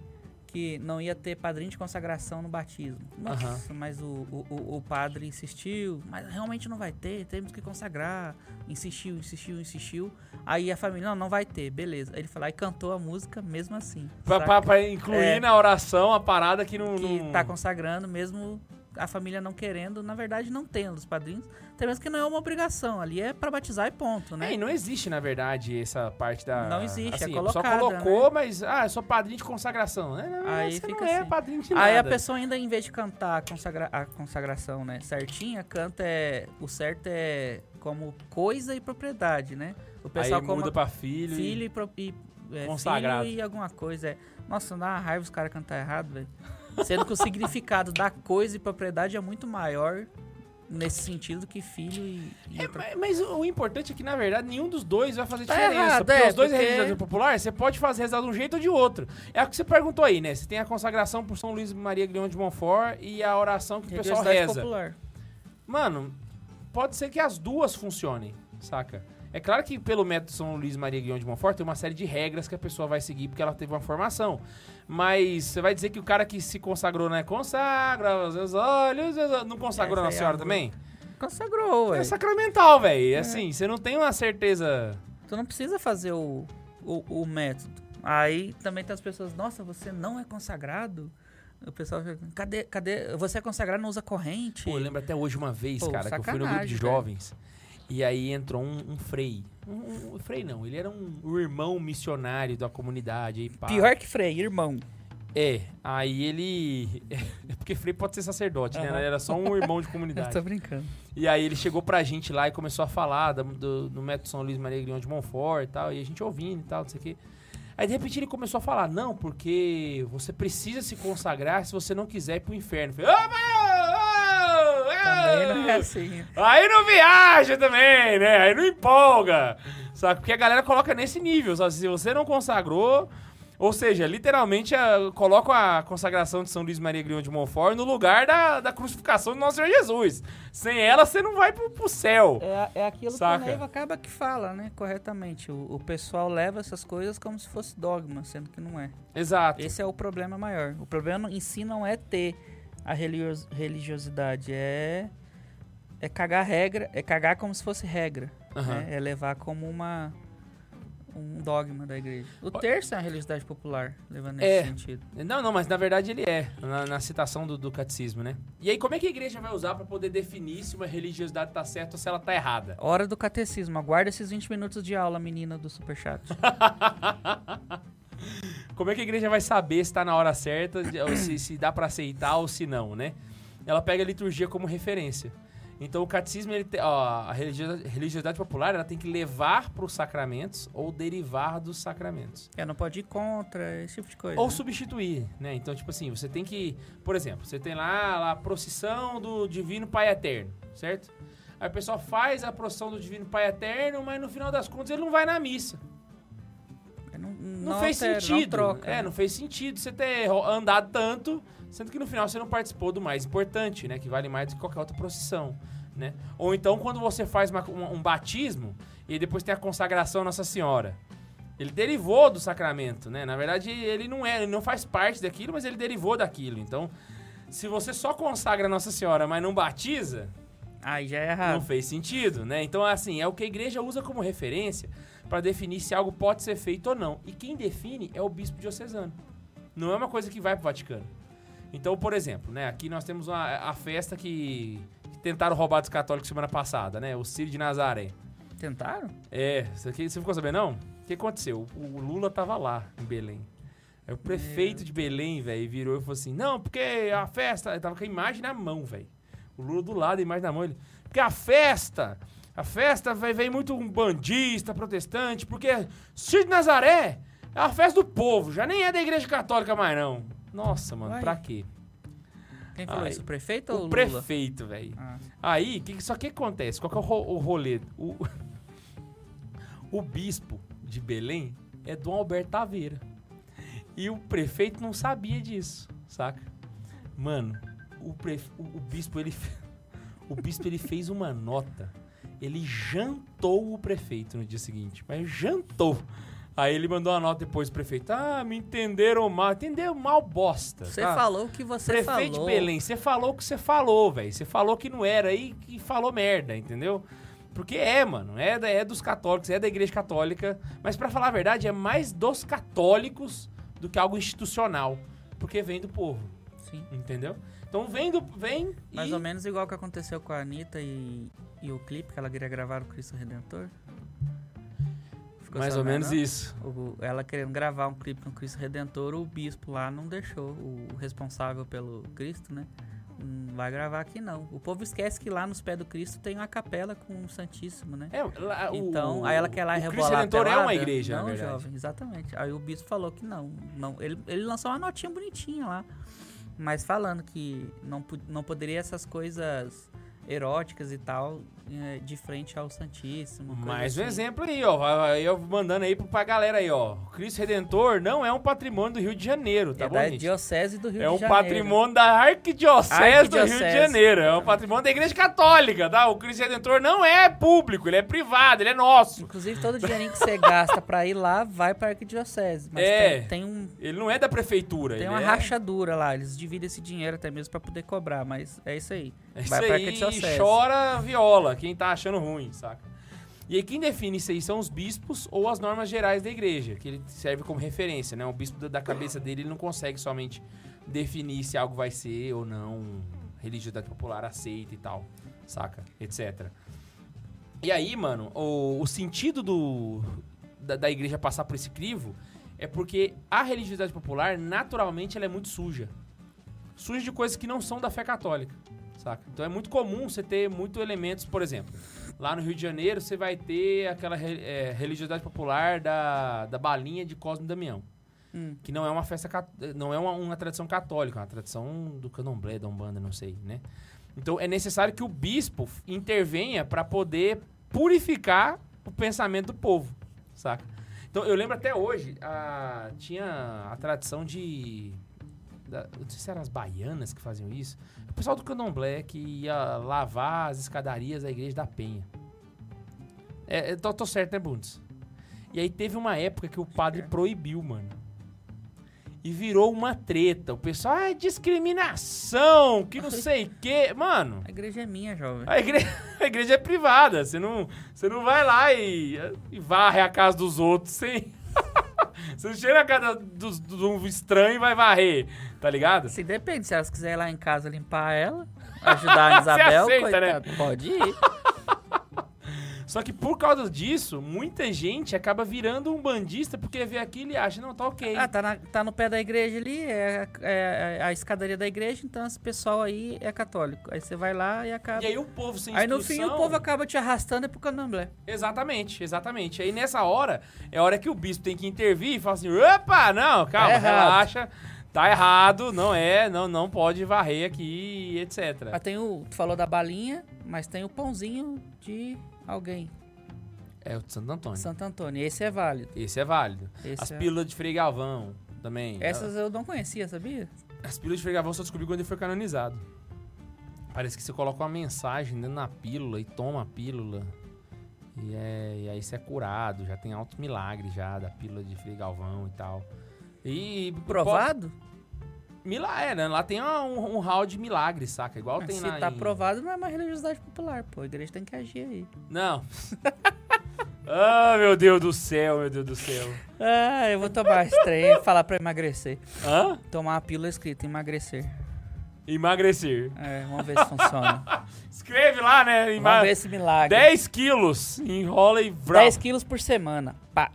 que não ia ter padrinho de consagração no batismo. Nossa, mas o, o, o- o padre insistiu, mas realmente não vai ter, temos que consagrar. Insistiu, insistiu, insistiu. Aí a família, não, não vai ter, beleza. Aí Ele falou, e cantou a música mesmo assim. Pra, saca? pra- pra incluir É. na oração a parada que não. que não- tá consagrando, mesmo a família não querendo, na verdade não tendo os padrinhos, até mesmo que não é uma obrigação, ali é pra batizar e ponto, né? É, e não existe, na verdade, essa parte da. Não existe, é assim, Só colocada, né? colocou, mas. Ah, eu sou padrinho de consagração. É, não, Aí você fica não é assim. padrinho de Aí a nada. pessoa ainda, em vez de cantar a, consagra- a consagração, né, certinha, canta é... O certo é como coisa e propriedade, né? O pessoal Aí como muda pra filho. e- filho e... pro- e é, Consagrado. filho e alguma coisa. É. Nossa, dá uma raiva os caras cantar errado, velho. Sendo que o significado da coisa e propriedade é muito maior nesse sentido que filho e... e É, outra- mas, mas o o importante é que, na verdade, nenhum dos dois vai fazer Tá diferença. errado, porque é, os dois porque- é religião popular, você pode fazer rezar de um jeito ou de outro. É o que você perguntou aí, né? Você tem a consagração por São Luís Maria Grião de Montfort e a oração que o pessoal Religiosidade reza. popular. Mano, pode ser que as duas funcionem, saca? É claro que pelo método São Luís Maria Guion de Monfort tem uma série de regras que a pessoa vai seguir porque ela teve uma formação. Mas você vai dizer que o cara que se consagrou, né? Consagra os seus olhos, seus olhos- não consagrou Essa aí Nossa é Senhora a também? Consagrou, É ué. sacramental, velho. Assim, você não tem uma certeza... Tu não precisa fazer o, o, o método. Aí também tem as pessoas, nossa, você não é consagrado? O pessoal fica, cadê, cadê? Você é consagrado, não usa corrente? Pô, é um eu lembro até hoje uma vez, Pô, cara, que eu fui no grupo de sacanagem, jovens e aí entrou um, um frei. Um, um- frei não, ele era um, um irmão missionário da comunidade. Aí, pá. Pior que freio, irmão. É, aí ele. É Porque Frei pode ser sacerdote, né? Aham. Era só um irmão de Eu comunidade. tô brincando. E aí ele chegou pra gente lá e começou a falar da- do, do método São Luís Maria Grião de Montfort e tal, e a gente ouvindo e tal, não sei o quê. Aí de repente ele começou a falar, não, porque você precisa se consagrar se você não quiser ir pro inferno. Eu Falei, "Ah, mas- ah, Também não é ah." assim. Aí não viaja também, né? Aí não empolga. Saca? Porque a galera coloca nesse nível. Sabe? Se você não consagrou. Ou seja, literalmente a, coloca a consagração de São Luís Maria Grião de Montfort no lugar da, da crucificação do Nosso Senhor Jesus. Sem ela, você não vai pro, pro céu. É, é aquilo Saca. que o Neiva acaba que fala, né? Corretamente. O, o pessoal leva essas coisas como se fosse dogma, sendo que não é. Exato. Esse é o problema maior. O problema em si não é ter a religios- religiosidade, é é cagar regra, é cagar como se fosse regra. Aham. né? É levar como uma um dogma da igreja. O terço é uma religiosidade popular, levando nesse É. sentido. Não, não, mas na verdade ele é, na, na citação do, do catecismo, né? E aí, como é que a igreja vai usar pra poder definir se uma religiosidade tá certa ou se ela tá errada? Hora do catecismo. Aguarda esses 20 minutos de aula, menina do superchat. Como é que a igreja vai saber se tá na hora certa, de- ou se, se dá pra aceitar ou se não, né? Ela pega a liturgia como referência. Então, o catecismo, ele te- ó, a religiosidade, religiosidade popular, ela tem que levar pros sacramentos ou derivar dos sacramentos. é, não pode ir contra, esse tipo de coisa. Ou né? substituir, né? Então, tipo assim, você tem que. Por exemplo, você tem lá, lá a procissão do Divino Pai Eterno, certo? Aí o pessoal faz a procissão do Divino Pai Eterno, mas no final das contas ele não vai na missa. É, Não, Não, fez altera, sentido. Não troca. né? É, não fez sentido você ter ro- andado tanto, sendo que no final você não participou do mais importante, né? Que vale mais do que qualquer outra procissão, né? Ou então quando você faz uma- um, um batismo e aí depois tem a consagração à Nossa Senhora. Ele derivou do sacramento, né? Na verdade, ele não é, ele não faz parte daquilo, mas ele derivou daquilo. Então, se você só consagra a Nossa Senhora, mas não batiza, Aí já é não errado. fez sentido, né? Então, assim, é o que a igreja usa como referência pra definir se algo pode ser feito ou não. E quem define é o bispo diocesano. Não é uma coisa que vai pro Vaticano. Então, por exemplo, né, aqui nós temos uma- a festa que, que tentaram roubar dos católicos semana passada, né? O Círio de Nazaré. Tentaram? É, isso aqui, você ficou sabendo, não? O que aconteceu? O, o Lula tava lá, em Belém. Aí o prefeito de Belém, velho, virou e falou assim: não, porque a festa. Ele tava com a imagem na mão, velho. O Lula do lado, a imagem na mão. Ele, porque a festa. A festa vai vem muito um bandista, protestante, porque Círio de Nazaré é a festa do povo, já nem é da igreja católica mais, não. Nossa, mano, Uai. pra quê? Quem falou Ai. isso? O prefeito ou O Então, Tá. Lula? prefeito, velho. Ah. Aí, que, que- só que acontece? Qual que é o, ro- o rolê? O, o bispo de Belém é Dom Alberto Taveira. E o prefeito não sabia disso, saca? Mano, o, pref- o- o bispo, ele... fe- O bispo, ele fez uma nota. Ele jantou o prefeito no dia seguinte. Mas jantou. Aí ele mandou uma nota depois do prefeito. Ah, me entenderam mal. Entendeu mal bosta. Você tá? falou o que você Prefeito falou. de Belém, você falou o que você falou, velho. Você falou que não era aí e falou merda, entendeu? Porque é, mano, é, da- é dos católicos, é da igreja católica. Mas pra falar a verdade, é mais dos católicos do que algo institucional. Porque vem do povo, Sim. entendeu? Então vem do. Vem Mais e. ou menos igual que aconteceu com a Anitta e, e o clipe que ela queria gravar o Cristo Redentor. Ficou mais ou sabendo, menos não? isso. O- ela querendo gravar um clipe com o Cristo Redentor, o bispo lá não deixou, o responsável pelo Cristo, né? Não vai gravar aqui não. O povo esquece que lá nos pés do Cristo tem uma capela com o Santíssimo, né? É, lá, o- Então, aí ela quer lá o rebolar Cristo a Redentor é uma pelada. igreja, não, na verdade. jovem, exatamente. Aí o bispo falou que não, não. Ele, ele lançou uma notinha bonitinha lá, mas falando que não, po- não poderia essas coisas eróticas e tal eh, de frente ao Santíssimo. coisa Mais um assim. exemplo aí, ó. Aí eu mandando aí pra galera aí, ó. Cristo Redentor não é um patrimônio do Rio de Janeiro, tá é bom, da gente? Diocese do Rio É de um Janeiro. patrimônio da arquidiocese do Rio de Arquidiocese. Janeiro. É um patrimônio da Igreja Católica, tá? O Cristo Redentor não é público, ele é privado, ele é nosso. Inclusive, todo o dinheirinho que você gasta pra ir lá vai pra arquidiocese. Mas É. tem, tem um, Ele não é da prefeitura. tem ele uma é... rachadura lá. Eles dividem esse dinheiro até mesmo pra poder cobrar, mas é isso aí. É isso vai pra aí, arquidiocese. chora a viola, quem tá achando ruim, saca? E aí quem define isso aí são os bispos ou as normas gerais da igreja, que ele serve como referência, né? O bispo da- da cabeça dele ele não consegue somente definir se algo vai ser ou não um religiosidade popular aceita e tal, saca? Etc. E aí, mano, o, o sentido do, da, da igreja passar por esse crivo é porque a religiosidade popular, naturalmente, ela é muito suja. Suja de coisas que não são da fé católica, saca? Então é muito comum você ter muitos elementos, por exemplo, lá no Rio de Janeiro você vai ter aquela re- é, religiosidade popular da, da balinha de Cosme e Damião. Hum. Que não é uma festa, cat- não é uma, uma tradição católica, é uma tradição do candomblé, da umbanda, não sei, né? Então é necessário que o bispo intervenha para poder purificar o pensamento do povo, saca? Então eu lembro até hoje, a- tinha a tradição de. da- eu não sei se eram as baianas que faziam isso. O pessoal do candomblé que ia lavar as escadarias da igreja da Penha. É, é, tô, tô certo, né, Bundes? E aí teve uma época que o padre proibiu, mano. E virou uma treta. O pessoal, ah, é discriminação, que não sei o quê. Mano, A igreja é minha, jovem. a igre- a igreja, é privada. Você não, você não vai lá e, e varre a casa dos outros sem. você não chega na casa dos- de um estranho e vai varrer, tá ligado? Se Assim, depende, se elas quiserem ir lá em casa limpar ela, ajudar a Isabel, aceita, né? coitada, pode ir. Só que por causa disso, muita gente acaba virando um bandista porque vê aquilo e acha, não, tá ok. Ah, tá, na- tá no pé da igreja ali, é, a- é a escadaria da igreja, então esse pessoal aí é católico. Aí você vai lá e acaba. E aí o povo sem Aí no fim instrução- o povo acaba te arrastando pro candomblé. Exatamente, exatamente. Aí nessa hora, é a hora que o bispo tem que intervir e falar assim: opa, não, calma, errado." relaxa, tá errado, não é, não, não pode varrer aqui, etc. Ah, tem o. Tu falou da balinha, mas tem o pãozinho de alguém, É o de Santo Antônio. Santo Antônio. Esse é válido. Esse é válido. Esse As é- pílulas de Frei Galvão também. Essas eu não conhecia, sabia? As pílulas de Frei Galvão eu só descobri quando ele foi canonizado. Parece que você coloca uma mensagem dentro da pílula e toma a pílula. E, é- e aí você é curado, já tem alto milagre já da pílula de Frei Galvão e tal. E Provado? Mila é, né? Lá tem uma- um, um hall de milagres, saca? Igual tem Se lá tá em- provado, não é mais religiosidade popular, pô. A igreja tem que agir aí. Não. ah, meu Deus do céu, meu Deus do céu. Ah, eu vou tomar esse trem e falar pra emagrecer. Hã? Tomar a pílula escrita, emagrecer. Emagrecer. É, vamos ver se funciona. Escreve lá, né? Vamos Ema... ver esse milagre. 10 quilos. Enrola e vrau. 10 quilos por semana. Pá.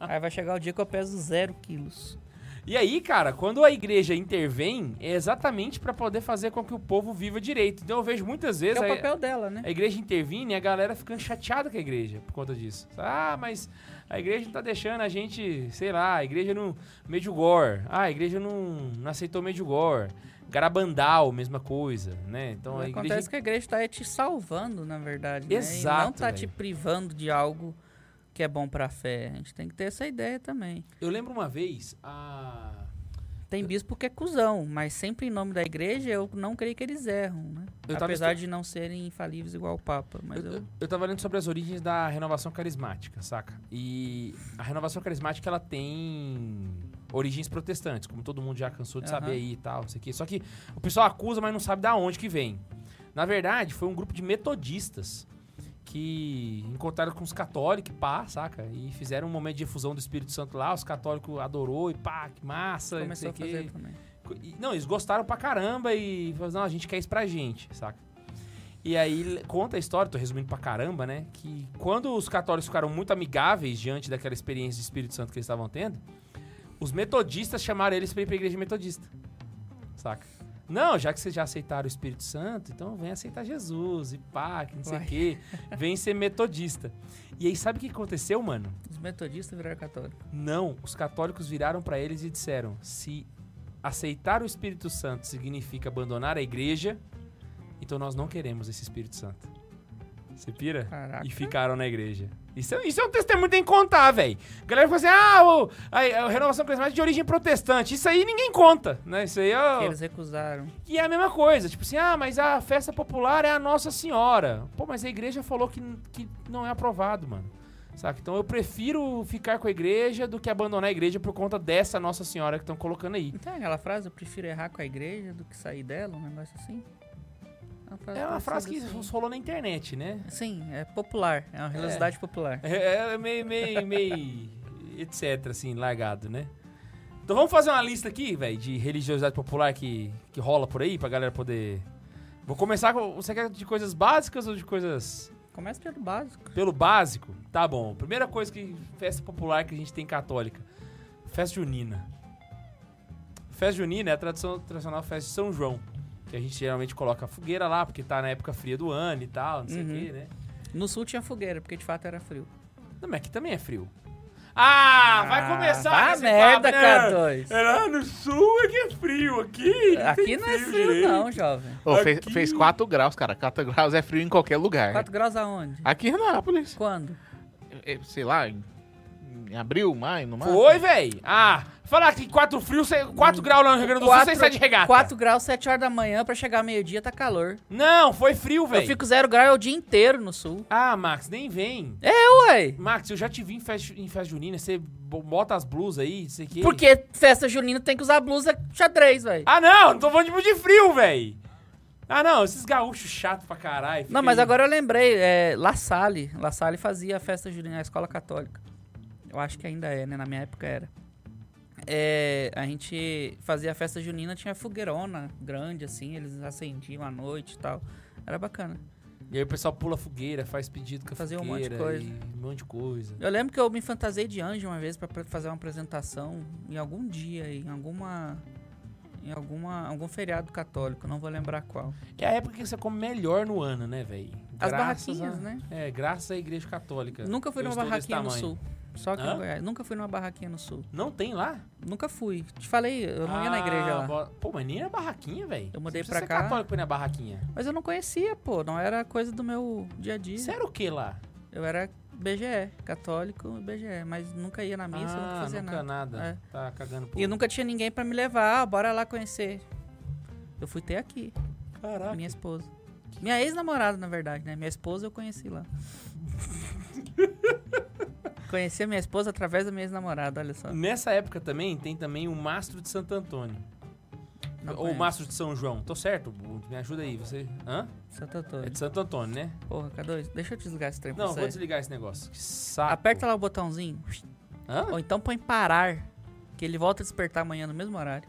Aí vai chegar o dia que eu peso 0 quilos. E aí, cara, quando a igreja intervém, é exatamente pra poder fazer com que o povo viva direito. Então eu vejo muitas Que é vezes. o a- papel dela, né? A igreja intervindo e a galera fica chateada com a igreja por conta disso. Ah, mas a igreja não tá deixando a gente, sei lá, a igreja não. Medjugor. Ah, a igreja não, não aceitou Medjugor. Garabandal, mesma coisa, né? Então a Acontece igreja. que a igreja tá te salvando, na verdade. Né? E não Exato, tá te velho. privando de algo que é bom pra fé. A gente tem que ter essa ideia também. Eu lembro uma vez, a. Tem bispo que é cuzão, mas sempre em nome da igreja eu não creio que eles erram, né? Eu tava Apesar estu- de não serem infalíveis igual o Papa. Mas eu, Eu, eu tava lendo sobre as origens da renovação carismática, saca? E a renovação carismática, ela tem origens protestantes, como todo mundo já cansou de Aham. saber aí e tal, não sei o quê. Só que o pessoal acusa, mas não sabe da onde que vem. Na verdade, foi um grupo de metodistas que encontraram com os católicos, pá, saca? E fizeram um momento de efusão do Espírito Santo lá, os católicos adorou e pá, que massa, não comecei sei o a fazer quê. também. E- Não, eles gostaram pra caramba e falaram, não, a gente quer isso pra gente, saca? E aí le- conta a história, tô resumindo pra caramba, né? Que quando os católicos ficaram muito amigáveis diante daquela experiência de Espírito Santo que eles estavam tendo, os metodistas chamaram eles pra ir pra igreja metodista, saca? Não, já que vocês já aceitaram o Espírito Santo, então vem aceitar Jesus e pá, que não sei o Uai. quê. Vem ser metodista. E aí sabe o que aconteceu, mano? Os metodistas viraram católicos. Não, os católicos viraram pra eles e disseram: se aceitar o Espírito Santo significa abandonar a igreja, então nós não queremos esse Espírito Santo. Você pira? Caraca. E ficaram na igreja. Isso é, isso é um testemunho que tem que contar, velho. A galera ficou assim: ah, o, a, a renovação carismática é de origem protestante. Isso aí ninguém conta, né? Isso aí é. Que eles recusaram. E é a mesma coisa, tipo assim, ah, mas a festa popular é a Nossa Senhora. Pô, mas a igreja falou que, que não é aprovado, mano. Saca? Então eu prefiro ficar com a igreja do que abandonar a igreja por conta dessa Nossa Senhora que estão colocando aí. Não tem Então, é aquela frase, eu prefiro errar com a igreja do que sair dela, um negócio assim? Uma frase É uma parecida frase que assim. rolou na internet, né? Sim, é popular, é uma religiosidade popular. É, é meio, meio, meio, etc, assim, largado, né? Então vamos fazer uma lista aqui, velho, de religiosidade popular que, que rola por aí pra galera poder... Vou começar com... Você quer de coisas básicas ou de coisas... Começa pelo básico. Pelo básico, tá bom. Primeira coisa que festa popular que a gente tem católica, festa junina. Festa junina é a tradição, tradicional festa de São João, que a gente geralmente coloca a fogueira lá porque tá na época fria do ano e tal, não sei o Uhum. quê, né? No sul tinha fogueira, porque de fato era frio. Não, mas aqui também é frio. Ah, vai Ah, começar vá esse merda, papo, né? K2. É lá no sul é que é frio aqui. Não Aqui tem não é frio frio, direito. não, jovem. Ô, fez, Aqui- fez 4 graus, cara. 4 graus é frio em qualquer lugar. 4 graus aonde? Aqui em Anápolis. Quando? É, Sei lá, em em abril, maio, no máximo. Foi, véi. Ah, falar que 4 frio, Hum. 4 graus lá no Rio Grande do Sul, você sai de regata. 4 graus, 7 horas da manhã, pra chegar meio-dia tá calor. Não, foi frio, Eu véi. fico 0 grau o dia inteiro no sul. Ah, Max, nem vem. É, ué. Max, eu já te vi em festa, em festa junina, você bo- bota as blusas aí, não sei o quê. Porque festa junina tem que usar blusa xadrez, velho. Ah, não, não tô falando tipo de frio, véi. Ah, não, esses gaúchos chato pra caralho. fica Não, mas aí. agora eu lembrei, é, La Salle. La Salle fazia a festa junina na escola católica. Eu acho que ainda é, né? Na minha época era. É, a gente fazia a festa junina, tinha fogueirona grande, assim, eles acendiam à noite e tal. Era bacana. E aí o pessoal pula fogueira, faz pedido com a Fazer um monte de fogueira. coisa. e um monte de coisa. Eu lembro que eu me fantasiei de anjo uma vez pra pra fazer uma apresentação em algum dia, em alguma. em alguma, algum feriado católico, não vou lembrar qual. Que é a época que você come melhor no ano, né, véi? As Graças barraquinhas, a- né? É, graças à igreja católica. Nunca fui eu numa estou desse barraquinha no tamanho. sul. Só que em Hã? Goiás. Nunca fui numa barraquinha no sul. Não tem lá? Nunca fui. Te falei, eu não ia Ah, na igreja lá. bo- Pô, mas nem na barraquinha, velho. Eu mudei Você precisa pra ser cá. católico pra ir na barraquinha. Mas eu não conhecia, pô. Não era coisa do meu dia a dia. Você era o que lá? Eu era BGE, católico e BGE. Mas nunca ia na missa, nunca fazia Ah, nunca nada. nada. É. Tá cagando por... E eu nunca tinha ninguém pra me levar. Ah, bora lá conhecer. Eu fui ter aqui, Caraca. minha esposa. Minha ex-namorada, na verdade, né? Minha esposa eu conheci lá. conheci a minha esposa através da minha ex-namorada, olha só. Nessa época também, tem também o Mastro de Santo Antônio. Não Ou o conheço. Mastro de São João. Tô certo? Me ajuda aí, você... Hã? Santo É Antônio. de Santo Antônio, né? Porra, K2, deixa eu desligar esse trem pra Não, você. vou desligar esse negócio. Que saco. Aperta lá o botãozinho. Hã? Ou então põe parar, que ele volta a despertar amanhã no mesmo horário.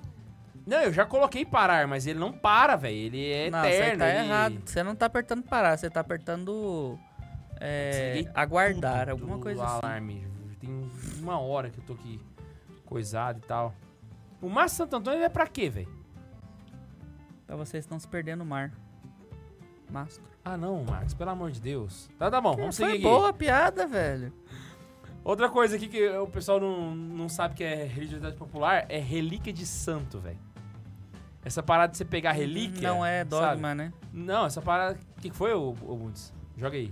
Não, eu já coloquei parar, mas ele não para, velho. Ele é não, você eterno. tá ele- errado. Você não tá apertando parar, você tá apertando é, Desliguei aguardar, tudo alguma do coisa assim. alarme. Tem uma hora que eu tô aqui coisado e tal. O Márcio Santo Antônio ele é pra quê, velho? assim, Pra vocês estão se perdendo no mar. Mastro. Ah, não, Marcos, pelo amor de Deus. Tá, tá bom, vamos É, Foi seguir aqui. boa a piada, velho. Outra coisa aqui que o pessoal não, não sabe que é religiosidade popular é relíquia de santo, velho. Essa parada de você pegar relíquia. Não é sabe? dogma, né? Não, essa parada. O que que foi, ô, ô Bundes? Joga aí.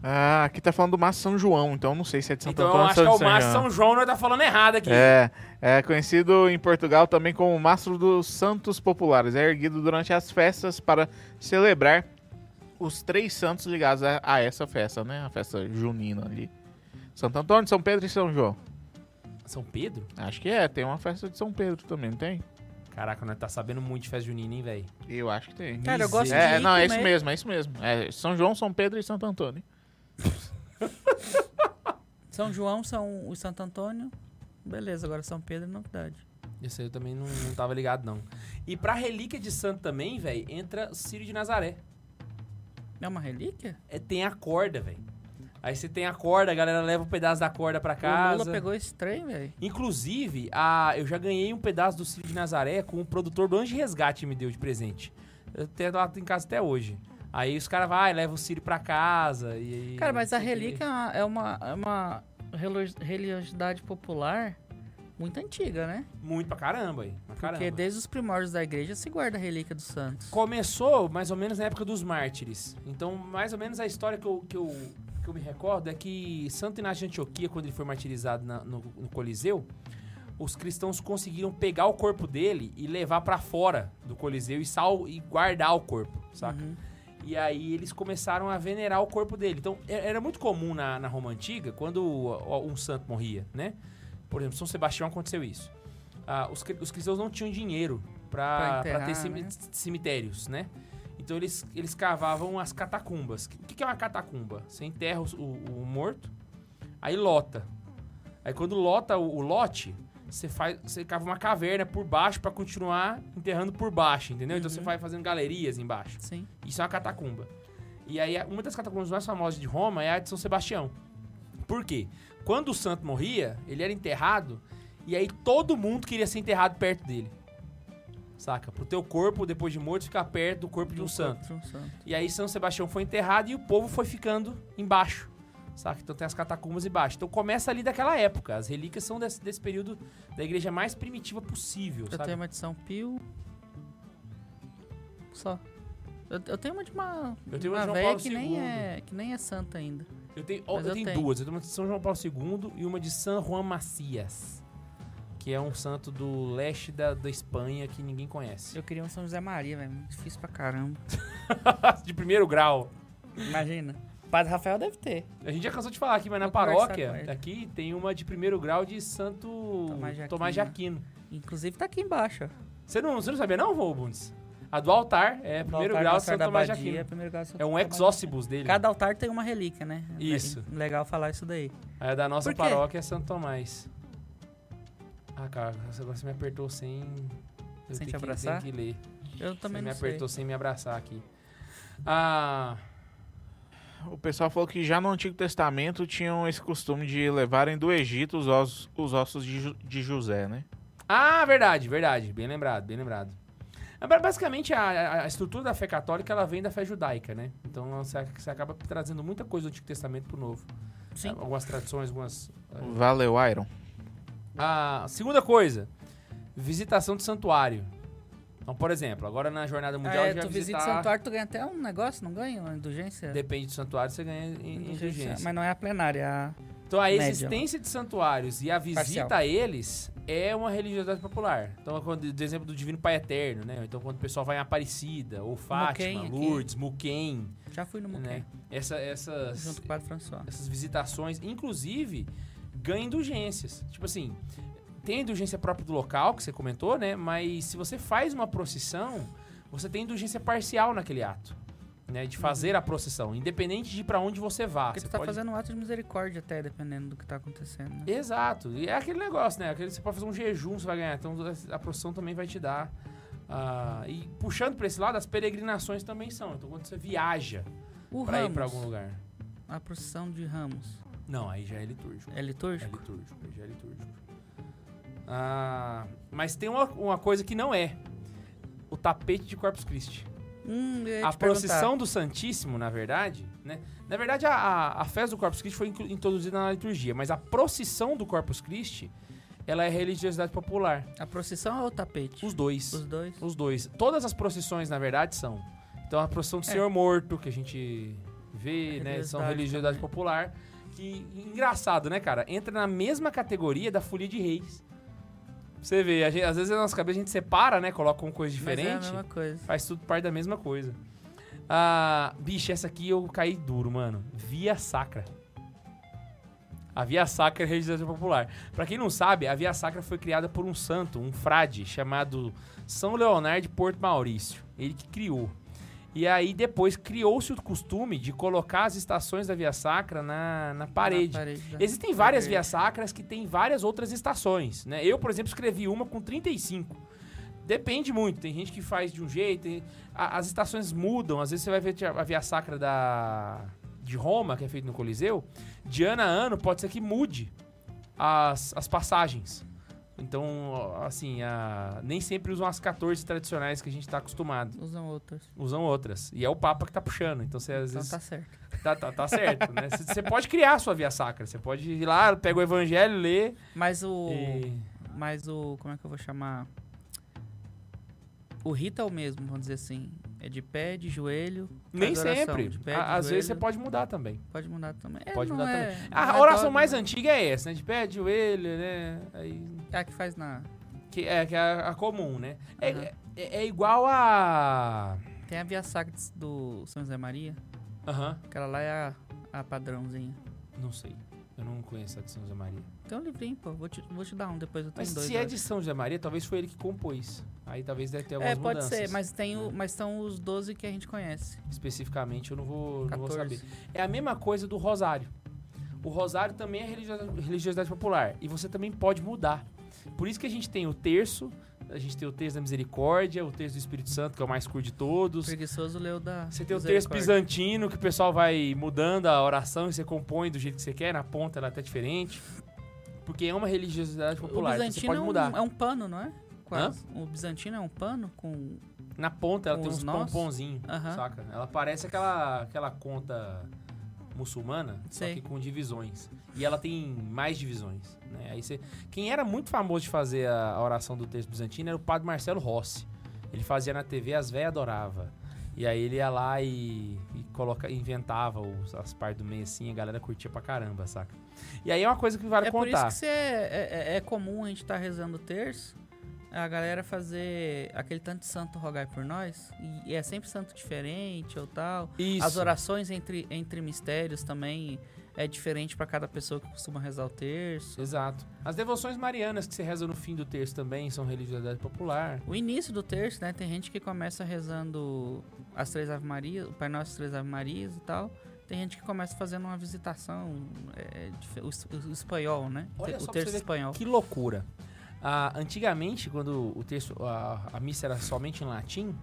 Ah, aqui tá falando do Márcio São João, então não sei se é de Santo então eu Antônio ou acho que é de o São Márcio João. São João, nós tá falando errado aqui. É, é conhecido em Portugal também como Mastro dos Santos Populares. É erguido durante as festas para celebrar os três santos ligados a, a essa festa, né? A festa junina ali. Santo Antônio, São Pedro e São João. São Pedro? Acho que é, tem uma festa de São Pedro também, não tem? Caraca, nós tá sabendo muito de festa junina, hein, velho? Eu acho que tem. Cara, eu gosto de É, ir não, é comer. isso mesmo, é isso mesmo. É São João, São Pedro e Santo Antônio. São João, São o Santo Antônio. Beleza, agora São Pedro é novidade. Isso aí eu também não, não tava ligado, não. E pra relíquia de santo também, velho, entra Círio de Nazaré. É uma relíquia? É, tem a corda, velho. Aí você tem a corda, a galera leva um pedaço da corda pra O Lula casa. pegou esse trem, velho. Inclusive, a, eu já ganhei um pedaço do Círio de Nazaré com o produtor do Anjo de Resgate me deu de presente. Eu tenho lá em casa até hoje. Aí os caras vai, leva o Círio pra casa e... aí- Cara, mas a não sei o quê. relíquia é uma, é uma relo- religiosidade popular muito antiga, né? Muito pra caramba aí. Pra caramba. Porque desde os primórdios da igreja se guarda a relíquia dos santos. Começou mais ou menos na época dos mártires. Então, mais ou menos a história que eu, que eu, que eu me recordo é que Santo Inácio de Antioquia, quando ele foi martirizado na- no, no Coliseu, os cristãos conseguiram pegar o corpo dele e levar pra fora do Coliseu e, sal, e guardar o corpo, saca? Uhum. E aí eles começaram a venerar o corpo dele. Então, e- era muito comum na, na Roma Antiga, quando ó, um santo morria, né? Por exemplo, São Sebastião aconteceu isso. Ah, os, cri- os cristãos não tinham dinheiro Pra para enterrar, ter cemi- né? cemitérios, né? Então eles, eles cavavam as catacumbas. O que que é uma catacumba? Você enterra os- o, o morto, aí lota. Aí quando lota o, o lote, você faz, você cava uma caverna por baixo para continuar enterrando por baixo, entendeu? Então Uhum. você vai fazendo galerias embaixo. Sim. Isso é uma catacumba. E aí, a- uma das catacumbas mais famosas de Roma é a de São Sebastião. Por quê? Quando o santo morria, ele era enterrado, e aí todo mundo queria ser enterrado perto dele. Saca? Pro teu corpo, depois de morto, ficar perto do corpo de um santo. Um santo. E aí São Sebastião foi enterrado e o povo foi ficando embaixo. Saca? Então tem as catacumbas embaixo. Então começa ali daquela época. As relíquias são desse, desse período da igreja mais primitiva possível, Eu sabe? tenho uma de São Pio. Só. Eu, eu tenho uma de uma, Eu tenho uma uma de João véia Paulo que II. nem, é, que nem é santa ainda. Eu tenho, ó, Mas eu eu tenho tenho. duas. Eu tenho uma de São João Paulo II e uma de San Juan Macias, que é um santo do leste da, da Espanha que ninguém conhece. Eu queria um São José Maria, velho. muito Difícil pra caramba. de primeiro grau. Imagina. Padre Rafael deve ter. A gente já cansou de falar aqui, mas na Vou conversar com paróquia, ele. aqui tem uma de primeiro grau de Santo Tomás né? de Tomás de Aquino. Aquino. Inclusive tá aqui embaixo, ó. Você não, você não sabia não, vô, Bundes? A do altar é primeiro Altar grau de Nossa Senhora Santo da Tomás de Abadia, Aquino. primeiro grau de Santo É um Tomás de exócibus dele. Aquino. Cada altar tem uma relíquia, né? Isso. Le- Legal falar isso daí. Aí a da nossa Por quê? paróquia é Santo Tomás. Ah, cara, você- agora você me apertou sem... eu Sem te tenho que- abraçar? tenho que ler. Eu Você também me não sei. apertou sem me abraçar aqui. Ah, O pessoal falou que já no Antigo Testamento tinham esse costume de levarem do Egito os ossos, os ossos de, Ju- de José, né? ah, verdade, verdade. Bem lembrado, bem lembrado. Ah, ba- Basicamente, a- a, a estrutura da fé católica ela vem da fé judaica, né? Então você, ac- você acaba trazendo muita coisa do Antigo Testamento pro Novo. É, Sim. É, Algumas tradições, algumas. Valeu, Iron. A segunda coisa: visitação do santuário. Então, por exemplo, agora na Jornada Ah, Mundial a é, gente tu vai visita o visitar. santuário, tu ganha até um negócio, não ganha? Uma indulgência? Depende do santuário, você ganha in- indulgência. Mas não é a plenária, é a... Então a Média. existência de santuários e a visita Parcial. a eles é uma religiosidade popular. Então, quando, do exemplo do Divino Pai Eterno, né? Então, quando o pessoal vai em Aparecida, ou Fátima, Muquem aqui. Lourdes, Muquem, Já fui no Muquem, né? Ah, Essa- essas, junto com o Padre François. essas visitações, inclusive, ganha indulgências. Tipo assim, tem a indulgência própria do local, que você comentou, né? Mas se você faz uma procissão, você tem indulgência parcial naquele ato. Né, de fazer a procissão, independente de pra onde você Uhum. vá. Porque você tu tá pode- fazendo um ato de misericórdia até, dependendo do que tá acontecendo, né? Exato. E é aquele negócio, né? Aquele, você pode fazer um jejum, você vai ganhar. Então a profissão também vai te dar. Ah, e puxando pra esse lado, as peregrinações também são. Então quando você viaja O pra ir Ramos, pra algum lugar. a procissão de Ramos, Não, aí já é litúrgico. é É litúrgico? litúrgico, aí já é litúrgico. Ah, mas tem uma, uma coisa que não é. O tapete de Corpus Christi. Hum, eu ia A te perguntar. procissão do Santíssimo, na verdade, né? Na verdade, a, a, a festa do Corpus Christi foi inclu- introduzida na liturgia, mas a procissão do Corpus Christi, ela é religiosidade popular. A procissão ou o tapete? Os dois. Os Os, dois? é dois. Todas as procissões, na verdade, são. Então, a procissão do É. Senhor Morto, que a gente vê, A né? São religiosidade religiosidade também. popular. Que, engraçado, né, cara? Entra na mesma categoria da Folia de Reis. Você vê, a gente- às vezes na nossa cabeça a gente separa, né? Coloca uma coisa Mas é a diferente. mesma coisa. Faz tudo parte da mesma coisa. Ah, bicho, essa aqui eu caí duro, mano. Via Sacra. A Via Sacra é religiosidade popular. Pra quem não sabe, a Via Sacra foi criada por um santo, um frade, chamado São Leonardo de Porto Maurício. Ele que criou. E aí depois criou-se o costume de colocar as estações da Via Sacra na, na parede. Na parede da- Existem várias da vias sacras que têm várias outras estações, né? Eu, por exemplo, escrevi uma com 35. Depende muito, tem gente que faz de um jeito, tem- a- as estações mudam, às vezes você vai ver a via sacra da de Roma, que é feita no Coliseu, de ano a ano pode ser que mude as, as passagens. Então, assim, a- nem sempre usam as 14 tradicionais que a gente está acostumado. Usam outras. Usam outras. E é o Papa que tá puxando. Então você às Então vezes tá certo. Tá, tá, tá certo, né? C- Você pode criar a sua via sacra. Você pode ir lá, pega o evangelho, lê. Mas o... E... Mas o... Como é que eu vou chamar? O rito é o mesmo, vamos dizer assim. É de pé, de joelho... faz Nem oração sempre. De pé, A- de Às vezes você joelho. pode mudar também. Pode mudar também. É, Pode não mudar Ah, é- não A é oração dogma. mais antiga é essa, né? De pé, de joelho, né? Aí, É a que faz na... que é, que é a, a comum, né? É, Aham. é, é igual a. Tem a Via Sacra de- do São José Maria. Aham. Aquela lá é a, a padrãozinha. Não sei. Eu não conheço a de São José Maria. Tem um livrinho, pô. Vou te, vou te dar um depois. Eu tenho Mas dois. se é eu de São José Maria, talvez foi ele que compôs. Aí talvez deve ter acho. algumas É, pode mudanças. É. ser. Mas, tem o, mas são os 12 que a gente conhece. Especificamente, eu não vou, não vou 14. saber. É a mesma coisa do rosário. O rosário também é religiosidade, religiosidade popular. E você também pode mudar. Por isso que a gente tem o terço, a gente tem o terço da misericórdia, o terço do Espírito Santo, que é o mais curto de todos. Preguiçoso leu da... Você tem o terço misericórdia. bizantino, que o pessoal vai mudando a oração e você compõe do jeito que você quer, na ponta ela é até diferente. Porque é uma religiosidade O popular, então você bizantino pode é um- mudar. É, um, pano, não é? Quase. O bizantino é um pano com... Na ponta ela tem Os uns nós? pomponzinhos, Aham. saca? Ela parece aquela, aquela conta muçulmana, só Sei. que com divisões. E ela tem mais divisões, né? Aí você... Quem era muito famoso de fazer a a oração do texto bizantino era o padre Marcelo Rossi. Ele fazia na TV, as véias adorava. E aí ele ia lá e, e coloca, inventava os- as partes do meio assim, a galera curtia pra caramba, saca? E aí é uma coisa que vale é por isso contar. que cê é, é- é comum a gente estar rezando o terço, a galera fazer aquele tanto de santo rogai por nós, e, e é sempre santo diferente ou tal. Isso. As orações entre, entre mistérios também é diferente pra cada pessoa que costuma rezar o terço. Exato. As devoções marianas que se reza no fim do texto também são religiosidade popular. O início do terço, né? Tem gente que começa rezando as três Ave Marias, o Pai Nosso as três Ave Marias e tal. Tem gente que começa fazendo uma visitação, é, dife- o, es- o espanhol, né? Olha o só pra terço você ver espanhol. Que loucura. Ah, antigamente, quando o texto, a, a missa era somente em latim,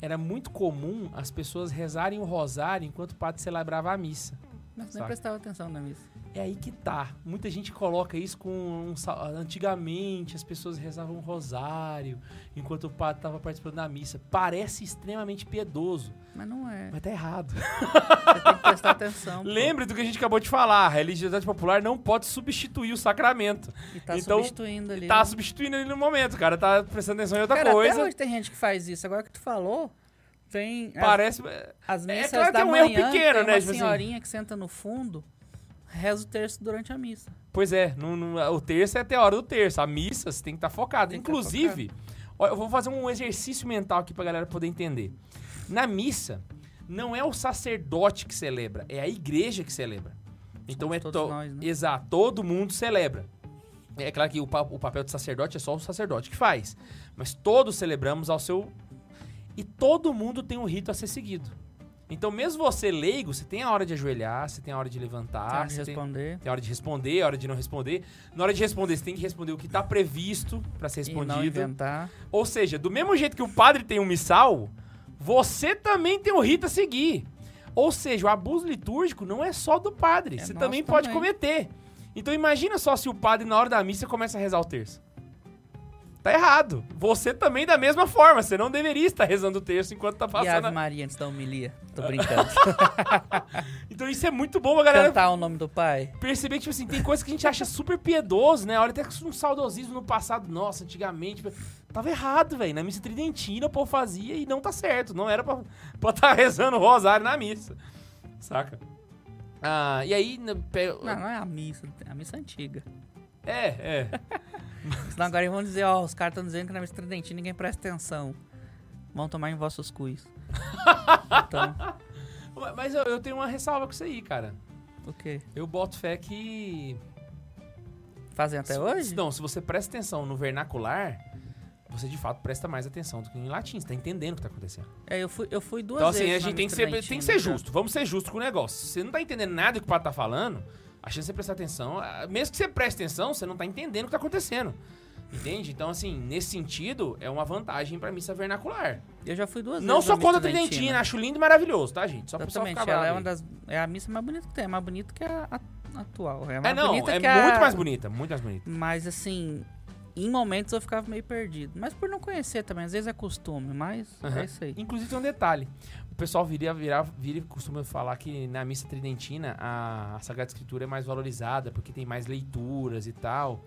era muito comum as pessoas rezarem o rosário enquanto o padre celebrava a missa. Mas nem Saca. prestava atenção né, na missa. É aí que tá. Muita gente coloca isso com. um sa- antigamente as pessoas rezavam o rosário enquanto o padre estava participando da missa. Parece extremamente piedoso, Mas não é. mas tá errado. Você tem que prestar atenção. pô. Lembre do que a gente acabou de falar: a religiosidade popular não pode substituir o sacramento. E tá Então, substituindo ali. Tá substituindo ele no momento, cara. Tá prestando atenção em outra Cara, coisa. até hoje é. tem gente que faz isso. Agora que tu falou, tem as- Parece. as, é missas claro que da é um erro manhã, pequeno, tem né, uma tipo assim. senhorinha que senta no fundo, reza o terço durante a missa. Pois é, não- não- o terço é até a hora do terço. A missa você tem que estar focado. Tem que tá Inclusive, ó, eu vou fazer um exercício mental aqui pra galera poder entender. Na missa, não é o sacerdote que celebra, é a igreja que celebra. Então Somos é Tipo, todos to- nós, né? Exato, todo mundo celebra. É claro que o, pa- o papel do sacerdote é só o sacerdote que faz. Mas todos celebramos ao seu. E todo mundo tem um rito a ser seguido. Então, mesmo você leigo, você tem a hora de ajoelhar, você tem a hora de levantar, Ah, você tem- responder. tem É hora de responder, hora de não responder. Na hora de responder, você tem que responder o que tá previsto pra ser E não respondido. inventar. Ou seja, do mesmo jeito que o padre tem um missal, você também tem um rito a seguir. Ou seja, o abuso litúrgico não é só do padre, É você nosso também pode também. cometer. Então imagina só se o padre na hora da missa começa a rezar o terço. Tá errado. Você também da mesma forma, você não deveria estar rezando o terço enquanto E a tá Ave passando. a- Maria antes da homilia. Tô brincando. Então isso é muito bom, a galera Cantar o nome do pai. perceber que, tipo assim, tem coisa que a gente acha super piedoso, né? Olha até com um saudosismo no passado, nossa, antigamente. tipo, Tava errado, velho. Na missa tridentina o povo fazia e não tá certo. Não era pra estar rezando o rosário na missa. Saca? Ah, e aí. né, pe- Não, não é a missa. A missa é antiga. É, é. Senão agora eles vão dizer, ó, os caras estão dizendo que na missa tridentina ninguém presta atenção. Vão tomar em vossos cuis. então, Mas eu, eu tenho uma ressalva com isso aí, cara. o quê? Eu boto fé que. Fazem até se- hoje? se- Não, se você presta atenção no vernacular, você de fato presta mais atenção do que em latim. Você tá entendendo o que tá acontecendo. É, eu fui, eu fui duas Então, vezes. assim, a na gente tem que, Missa ser, Tridentina, tem que ser cara. justo. Vamos ser justos com o negócio. Se você não tá entendendo nada do que o pato tá falando, a chance de você prestar atenção. ah, Mesmo que você preste atenção, você não tá entendendo o que tá acontecendo. Entende? Então, assim, nesse sentido, é uma vantagem pra missa vernacular. Eu já fui duas não vezes. só na Missa contra a Tridentina, acho lindo e maravilhoso, tá, gente? Só pra pessoal né? Exatamente. ficar Ela é bravo uma aí. das. É a missa mais bonita que tem. É mais bonita que a, a- atual. É, mais É, não, bonita é que a- muito mais bonita, muito mais bonita. Mas assim, em momentos eu ficava meio perdido. Mas por não conhecer também, às vezes é costume, mas Aham. é isso aí. Inclusive tem um detalhe. O pessoal viria, virar, vira e costuma falar que na missa tridentina a, a Sagrada Escritura é mais valorizada porque tem mais leituras e tal.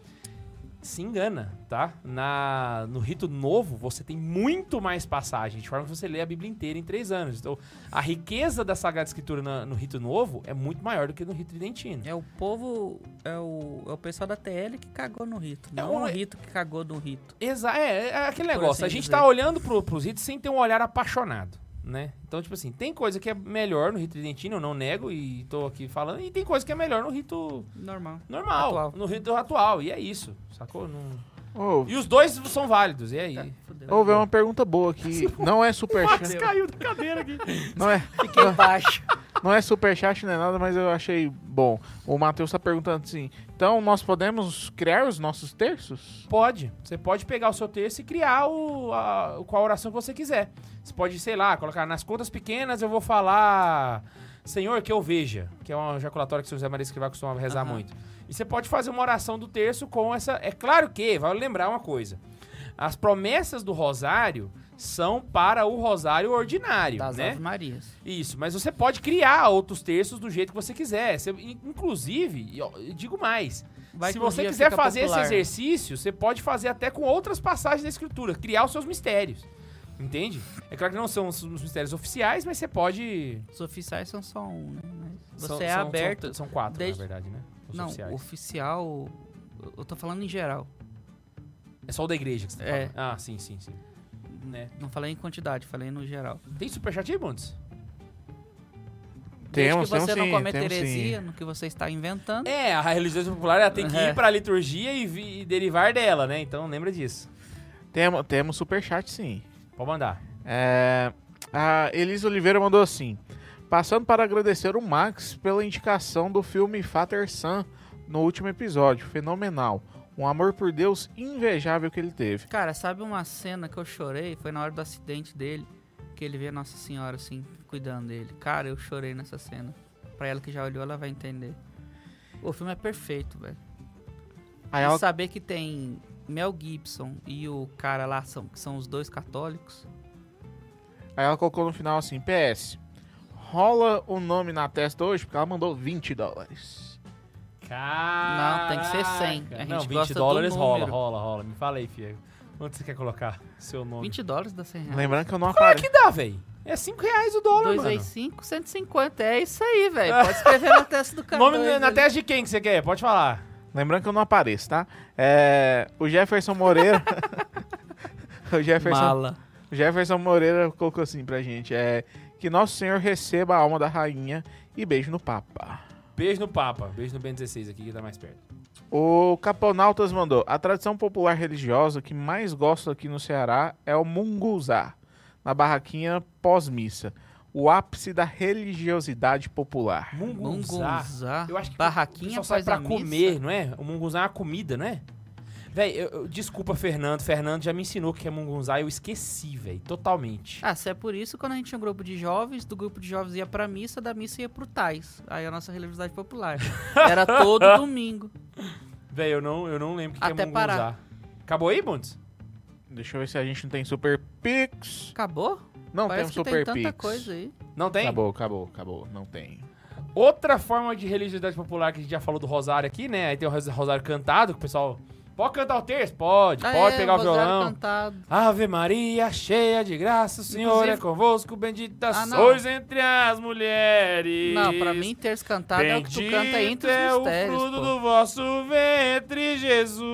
Se engana, tá? Na, no rito novo você tem muito mais passagens, de forma que você lê a Bíblia inteira em três anos. Então a riqueza da Sagrada Escritura na- no rito novo é muito maior do que no rito tridentino. É o povo, é o, é o pessoal da TL que cagou no rito. É não um- o rito que cagou no rito. Exa é, é aquele Por negócio. assim a gente dizer. tá olhando pro, pros ritos sem ter um olhar apaixonado, né? Então, tipo assim, tem coisa que é melhor no rito tridentino, eu não nego e tô aqui falando, e tem coisa que é melhor no rito Normal. normal, Atual. no rito atual, e é isso, sacou? Não- Ô, E os dois são válidos, e aí? Tá, fudeu. Houve uma pergunta boa aqui. Não é superchat. caiu da cadeira aqui. Não é, Fiquei baixo. não é superchat, não é nada, mas eu achei bom. O Matheus tá perguntando assim: então nós podemos criar os nossos terços? Pode. Você pode pegar o seu texto e criar o, a, o- qual oração que você quiser. Você pode, sei lá, colocar nas contas pequenas, eu vou falar Senhor que eu veja, que é uma ejaculatória que o São José Maria Escrivá costumava rezar Aham. muito. E você pode fazer uma oração do terço com essa... É claro que, vale lembrar uma coisa, as promessas do rosário são para o rosário ordinário, Das né? Ave Marias. Isso, mas você pode criar outros textos do jeito que você quiser. Você- in- inclusive, e ó, eu digo mais, Vai se que um você dia quiser fica fazer popular. esse exercício, você pode fazer até com outras passagens da escritura, criar os seus mistérios. Entende? É claro que não são os mistérios oficiais, mas você pode. Os oficiais são só um, né? Mas você são- é são- aberto. São, são quatro, desde- na verdade, né? Os não, oficiais. oficial. Eu tô falando em geral. É só o da igreja que você tá É. falando. Ah, sim, sim, sim. Né? Não falei em quantidade, falei no geral. Tem superchat aí, Bundes? Desde que Temos, você temos não sim, cometa temos heresia no que você está inventando. É, a religião popular ela tem que É. ir pra liturgia e, vi- e derivar dela, né? Então lembra disso. Temos, temos superchat sim. Pode mandar. É, a Elisa Oliveira mandou assim: passando para agradecer o Max pela indicação do filme Father Son no último episódio. Fenomenal. Um amor por Deus invejável que ele teve. Cara, sabe uma cena que eu chorei? Foi na hora do acidente dele, que ele vê Nossa Senhora, assim, cuidando dele. Cara, eu chorei nessa cena. Pra ela que já olhou, ela vai entender. O filme é perfeito, velho. Aí E ela, saber que tem Mel Gibson e o cara lá, são, que são os dois católicos. aí ela colocou no final assim: PS, rola o nome na testa hoje porque ela mandou 20 dólares. Caraca. tem que ser 100. A gente não, 20 gosta do dólares rola, número. rola, rola. Me fala aí, Fia. Quanto você quer colocar seu nome? 20 dólares dá 100 reais. Lembrando que eu não Qual é apareci. que dá, velho? É 5 reais o dólar, 2 mano. vezes 5, 150. É isso aí, velho. Pode escrever na testa do cara. Nome na- na testa de quem que você quer? Pode falar. Lembrando que eu não apareço, tá? É, o Jefferson Moreira. o Jefferson Mala. Jefferson Moreira colocou assim pra gente: é que Nosso Senhor receba a alma da rainha e beijo no Papa. Beijo no Papa. Beijo no Ben 16 aqui, que tá mais perto. O Caponautas mandou: a tradição popular religiosa que mais gosto aqui no Ceará é o munguzá, na barraquinha pós-missa. O ápice da religiosidade popular. Mungunzá. Mungunzá. Eu acho que o Barraquinha pessoal sai faz pra a missa. comer, não é? O mungunzá é uma comida, não é? Véi, eu- eu- desculpa, Fernando. Fernando já me ensinou o que é mungunzá e eu esqueci, véi. Totalmente. Ah, se é por isso, quando a gente tinha um grupo de jovens, do grupo de jovens ia pra missa, da missa ia pro Tais. Aí a nossa religiosidade popular. Era todo domingo. Véi, eu não, eu não lembro o que, que é Até mungunzá. parar. Acabou aí, Bundes? Deixa eu ver se a gente não tem Super Pix. Acabou? um Não Parece temos que Super tem Pix. tanta coisa aí. Não tem? Acabou, acabou, acabou. Não tem. Outra forma de religiosidade popular que a gente já falou do rosário aqui, né? Aí tem o ros- rosário cantado, que o pessoal... Pode cantar o terço? Pode. Ah, pode é, pegar o rosário violão. cantado. Ave Maria, cheia de graça, o Senhor é Inclusive- convosco, bendita Ah, não. sois entre as mulheres. Não, pra mim, terço cantado é o que tu canta entre os é o mistérios. fruto pô. do vosso ventre,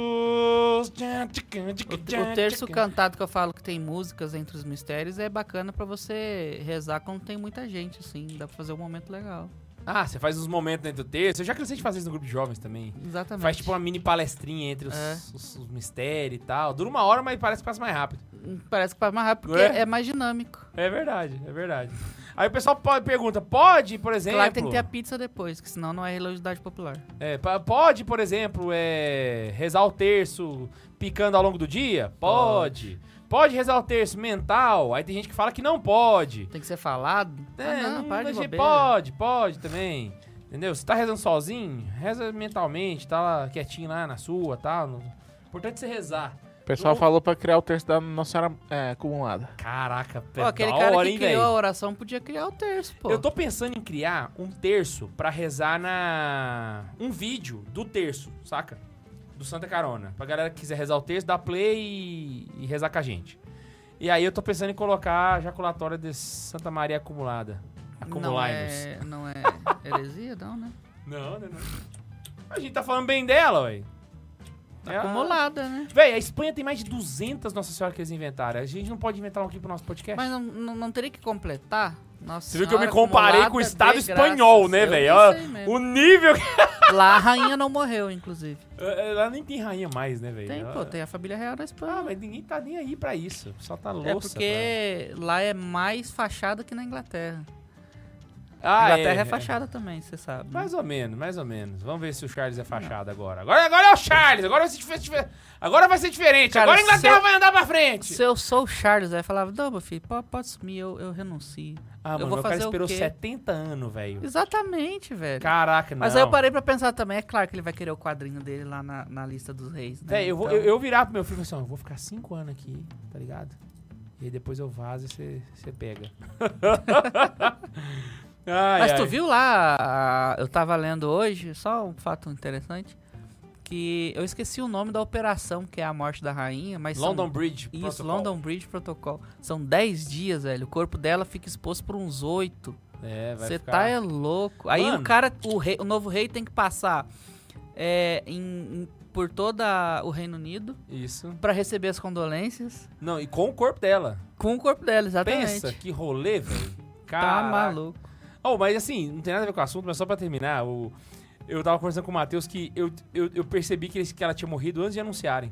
Jesus. Tchan, tchican, O, tchican, o tchan, terço tchican. cantado que eu falo que tem músicas entre os mistérios é bacana pra você rezar quando tem muita gente, assim. Dá pra fazer um momento legal. Ah, você faz uns momentos dentro do terço. Eu já cansei de fazer isso no grupo de jovens também. Exatamente. Faz tipo uma mini palestrinha entre os, É. os- os mistérios e tal. Dura uma hora, mas parece que passa mais rápido. Hum, Parece que faz mais rápido, porque Ué? é mais dinâmico. É verdade, é verdade. Aí o pessoal pode, pergunta, pode, por exemplo... Claro que tem que ter a pizza depois, que senão não é religiosidade popular. É, pa- pode, por exemplo, é, rezar o terço picando ao longo do dia? Pode. Pode rezar o terço mental? Aí tem gente que fala que não pode. Tem que ser falado? É, ah, não, para de mas bobeira. pode, pode também. Entendeu? Você tá rezando sozinho, reza mentalmente, tá lá quietinho lá na sua, tá? No- Importante você rezar. O pessoal Não. falou pra criar o terço da Nossa Senhora é, acumulada. Caraca, Pô, pé, aquele da cara hora, que hein, criou a velho? oração podia criar o terço, pô. Eu tô pensando em criar um terço pra rezar na. Um vídeo do terço, saca? Do Santa Carona. Pra galera que quiser rezar o terço, dá play e, e rezar com a gente. E aí eu tô pensando em colocar a jaculatória de Santa Maria acumulada. não Acumulinos. é, não é heresia, não, né? Não, é não, não. A gente tá falando bem dela, ué. Ela- Acumulada, né? Véi, a Espanha tem mais de 200 Nossa Senhora que eles inventaram. A gente não pode inventar um aqui pro nosso podcast? Mas não, não, não teria que completar? Nossa Você viu que eu me Senhora, comparei acumulada, com o Estado dê espanhol, graças. né, Eu velho? pensei mesmo. O nível que. Lá a rainha não morreu, inclusive. Ela nem tem rainha mais, né, velho? Tem, Ela- pô, tem a família real da Espanha. Ah, mas ninguém tá nem aí pra isso. Só tá louça. é porque lá é mais fachada que na Inglaterra. pra- Ah, Inglaterra é, fachada também, você sabe. né? Mais ou menos, mais ou menos. Vamos ver se o Charles é fachada agora. agora. Agora é o Charles, agora vai ser, dif- dif- agora vai ser diferente. Cara, agora a Inglaterra se eu- vai andar pra frente. Se eu sou o Charles, aí eu falava, não, meu filho, pode, pode sumir, eu, eu renuncio. Ah, eu mano, vou o cara fazer o esperou quê? 70 anos, velho. Exatamente, velho. Caraca, não. Mas aí eu parei pra pensar também, é claro que ele vai querer o quadrinho dele lá na, na lista dos reis, né? Véi, É, eu, vou, Então, eu, eu virar pro meu filho e falar assim, ó, eu vou ficar 5 anos aqui, tá ligado? E aí depois eu vazo e você- você pega. Ai, Mas ai. tu viu lá, a- eu tava lendo hoje, só um fato interessante, que eu esqueci o nome da operação, que é a morte da rainha, mas são- London Bridge. Isso, Protocol. London Bridge Protocol. São 10 dias, velho. O corpo dela fica exposto por uns 8. É, vai Você ficar... tá é louco. Aí Mano. o cara, o, rei- o novo rei tem que passar é, em- em- por todo o Reino Unido Isso. pra receber as condolências Não, e com o corpo dela. com o corpo dela, exatamente. Pensa, que rolê, velho. Tá Caraca. maluco. Oh, mas assim, não tem nada a ver com o assunto, mas só pra terminar, o... eu tava conversando com o Matheus que eu, eu, eu percebi que, eles- que ela tinha morrido antes de anunciarem.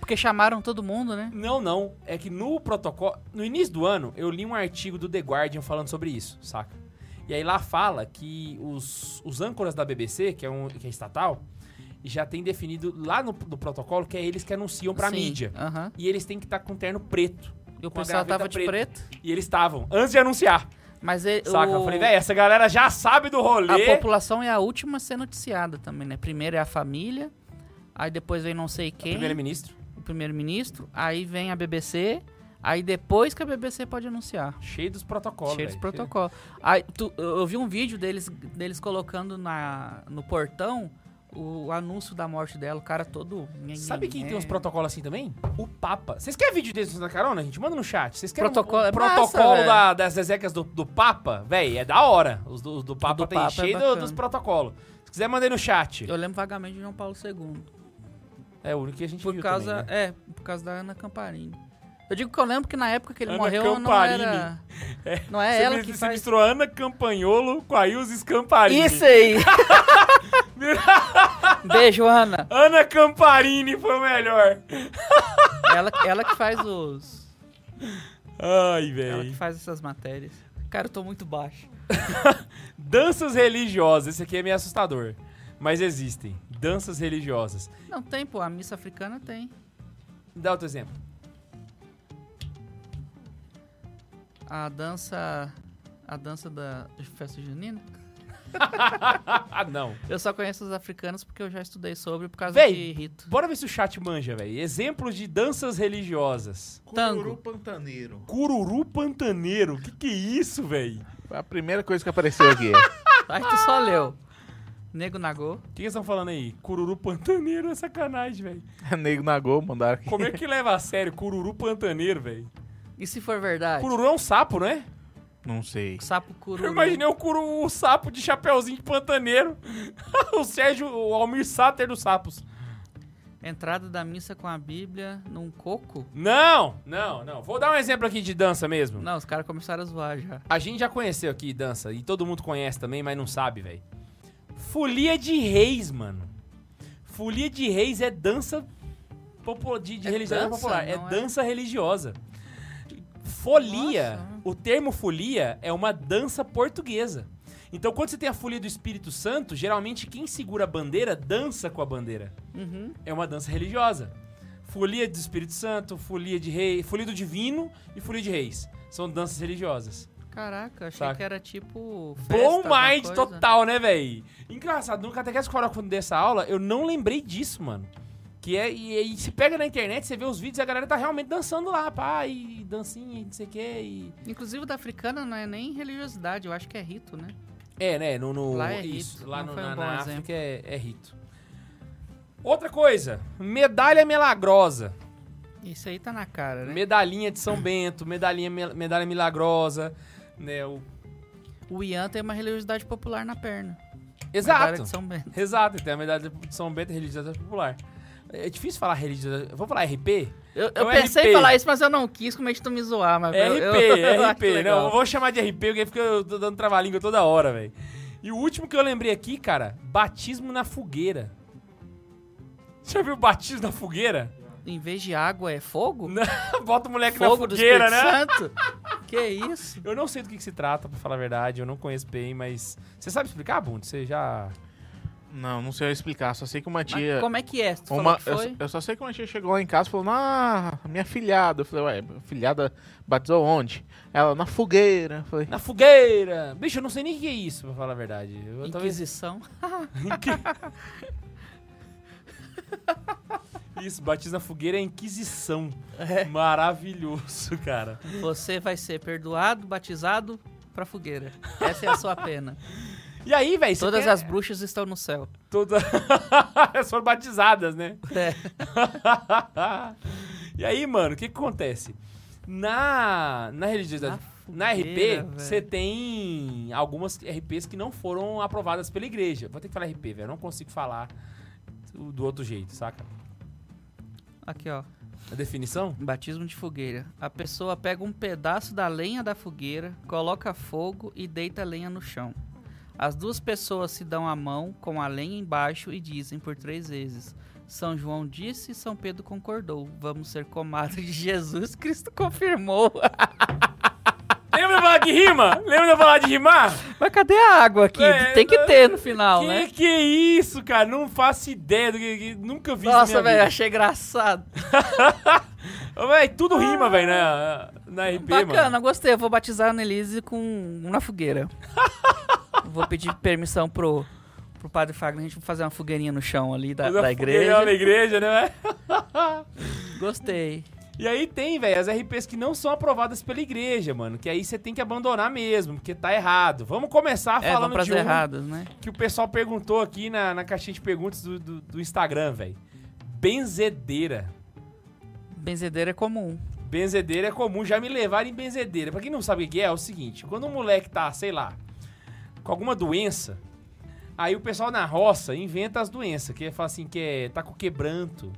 Porque chamaram todo mundo, né? Não, não. É que no protocolo. No início do ano, eu li um artigo do The Guardian falando sobre isso, saca? E aí lá fala que os, os âncoras da BBC, que é, um, que é estatal, já tem definido lá no, no protocolo que é eles que anunciam pra Sim, mídia. Aham. E eles têm que estar com terno preto. E o Com a pessoal tava gravata de preto. E eles estavam, antes de anunciar. Mas ele, Saca? o- Eu falei, velho, essa galera já sabe do rolê. A população é a última a ser noticiada também, né? Primeiro é a família, aí depois vem não sei quem, Primeiro-ministro. o primeiro-ministro, aí vem a BBC, aí depois que a BBC pode anunciar. Cheio dos protocolos. Cheio de velho. protocolo. Aí, tu- eu eu vi um vídeo deles, deles colocando na, no portão o anúncio da morte dela, o cara todo... Sabe quem tem uns É. protocolos assim também? O Papa. Vocês querem vídeo deles na carona, gente? Manda no chat. Vocês querem Protocolo- um, um é massa, protocolo velho. da- das execas do, do Papa? Véi, é da hora. Os do, os do Papa do tem Papa é cheio do- bacana. dos protocolos. Se quiser, mandei no chat. Eu lembro vagamente de João Paulo II. É o único que a gente Por viu causa. também, né? É, por causa da Ana Camparini. Eu digo que eu lembro que na época que ele Ana morreu Camparini. não era. Não é Você ela mis- que você faz. misturou Ana Campanholo com a Ilse Scamparini. Isso é- aí! Beijo, Ana. Ana Camparini foi o melhor. Ela, ela que faz os. Ai, Ela que velho. faz essas matérias. Cara, eu tô muito baixo. Danças religiosas. Esse aqui é meio assustador. Mas existem. Danças religiosas. Não tem, pô. A missa africana tem. Dá outro exemplo. A dança. A dança da festa junina. ah, não. Eu só conheço os africanos porque eu já estudei sobre por causa Véi, de rito. Bora ver se o chat manja, velho. Exemplos de danças religiosas. Tango. Cururu Pantaneiro. Cururu pantaneiro. Que que é isso, velho? Foi a primeira coisa que apareceu aqui. Aí tu só leu. Nego Nagô. O que eles estão falando aí? Cururu pantaneiro é sacanagem, velho. é, Nego na Gol mandaram aqui. Como é que leva a sério cururu pantaneiro, velho? E se for verdade? Cururu é um sapo, não é? Não sei. Sapo cururu. Eu imaginei o curu, o sapo de chapeuzinho de pantaneiro. o Sérgio, o Almir Sater dos sapos. um Entrada da missa com a Bíblia num coco? Não, não, não. Vou dar um exemplo aqui de dança mesmo. Não, os caras começaram a zoar já. A gente já conheceu aqui dança, e todo mundo conhece também, mas não sabe, velho. Folia de Reis, mano. Folia de Reis é dança popu- de, de É religião dança, popular, é, não é? dança religiosa. Folia, Nossa. o termo folia é uma dança portuguesa. Então, quando você tem a folia do Espírito Santo, geralmente quem segura a bandeira dança com a bandeira. Uhum. É uma dança religiosa. Folia do Espírito Santo, folia de rei, folia do divino e folia de reis. São danças religiosas. Caraca, achei Saca. que era tipo. festa, Blow alguma mind coisa. total, né, véi? Engraçado, no Catequese Coral, quando dessa aula, eu não lembrei disso, mano. Que é, e, e se pega na internet, você vê os vídeos e a galera tá realmente dançando lá, pá, e dancinha, e não sei o quê, e... Inclusive o da africana não é nem religiosidade, eu acho que é rito, né? É, né, no... no- Lá é isso, rito, Lá não no, foi um na, bom na exemplo. África é, é rito. Outra coisa, medalha milagrosa. Isso aí tá na cara, né? Medalhinha de São Bento, medalhinha, mil- medalha milagrosa, né, o... O Ian tem uma religiosidade popular na perna. Medalha Exato. de São Bento. Exato, tem a medalha de São Bento religiosidade popular. É difícil falar religiosidade. Vou falar RP? Eu, É eu o pensei RP. em falar isso, mas eu não quis, como é que tu me zoar, mas eu, RP, eu, eu acho RP. Não, eu legal. vou chamar de RP porque fica- eu tô dando trava-língua toda hora, velho. E o último que eu lembrei aqui, cara, batismo na fogueira. Já viu batismo na fogueira? Em vez de água é fogo? Não, Bota o moleque fogo na fogueira, do né? Espírito Santo? Que isso? Eu não sei do que, que se trata, pra falar a verdade. Eu não conheço bem, mas. Você sabe explicar, Bund? Você já. Não, não sei explicar. Só sei que uma Mas tia. como é que é? Tu falou uma, que eu, foi? eu só sei que uma tia chegou lá em casa e falou: Ah, minha filhada. Eu falei: Ué, minha filhada batizou onde? Ela, na fogueira. Eu falei: Na fogueira! Bicho, eu não sei nem o que é isso, pra falar a verdade. Eu, talvez... Inquisição. Isso, batismo na fogueira é Inquisição. É. Maravilhoso, cara. Você vai ser perdoado, batizado pra fogueira. Essa é a sua pena. E aí, velho, Todas as bruxas estão no céu. Todas foram batizadas, né? É. e aí, mano, o que, que acontece? Na, na religiosidade. Na, fogueira, RP, velho. você tem algumas RPs que não foram aprovadas pela igreja. Vou ter que falar RP, velho. eu Não consigo falar do do outro jeito, saca? Aqui, ó. A definição? Batismo de fogueira. A pessoa pega um pedaço da lenha da fogueira, coloca fogo e deita a lenha no chão. As duas pessoas se dão a mão com a lenha embaixo e dizem por três vezes: São João disse e São Pedro concordou. Vamos ser comadre de Jesus, Cristo confirmou. Lembra de eu falar de rima? Lembra de eu falar de rimar? Mas cadê a água aqui? É, Tem que não- ter no final, que né? que é isso, cara? Não faço ideia do que, que- nunca vi isso na Nossa, minha velho, vida. achei engraçado. Ô, véi, tudo rima, velho, na, na RP, Bacana, mano. gostei. Eu vou batizar a Annelise com na fogueira. vou pedir permissão pro, pro padre Fagner. A gente fazer uma fogueirinha no chão ali da, Fazer da é uma fogueirão na igreja. igreja, né, véi? Gostei. E aí tem, velho, as RPs que não são aprovadas pela igreja, mano. Que aí você tem que abandonar mesmo, porque tá errado. Vamos começar é, vão falando pras de um erradas, né? que o pessoal perguntou aqui na, na caixinha de perguntas do, do, do Instagram, velho. Benzedeira. Benzedeira é comum. Benzedeira é comum, já me levaram em benzedeira. Pra quem não sabe o que é, é o seguinte: quando um moleque tá, sei lá, com alguma doença, aí o pessoal na roça inventa as doenças, que é fala assim, que é, tá com quebranto,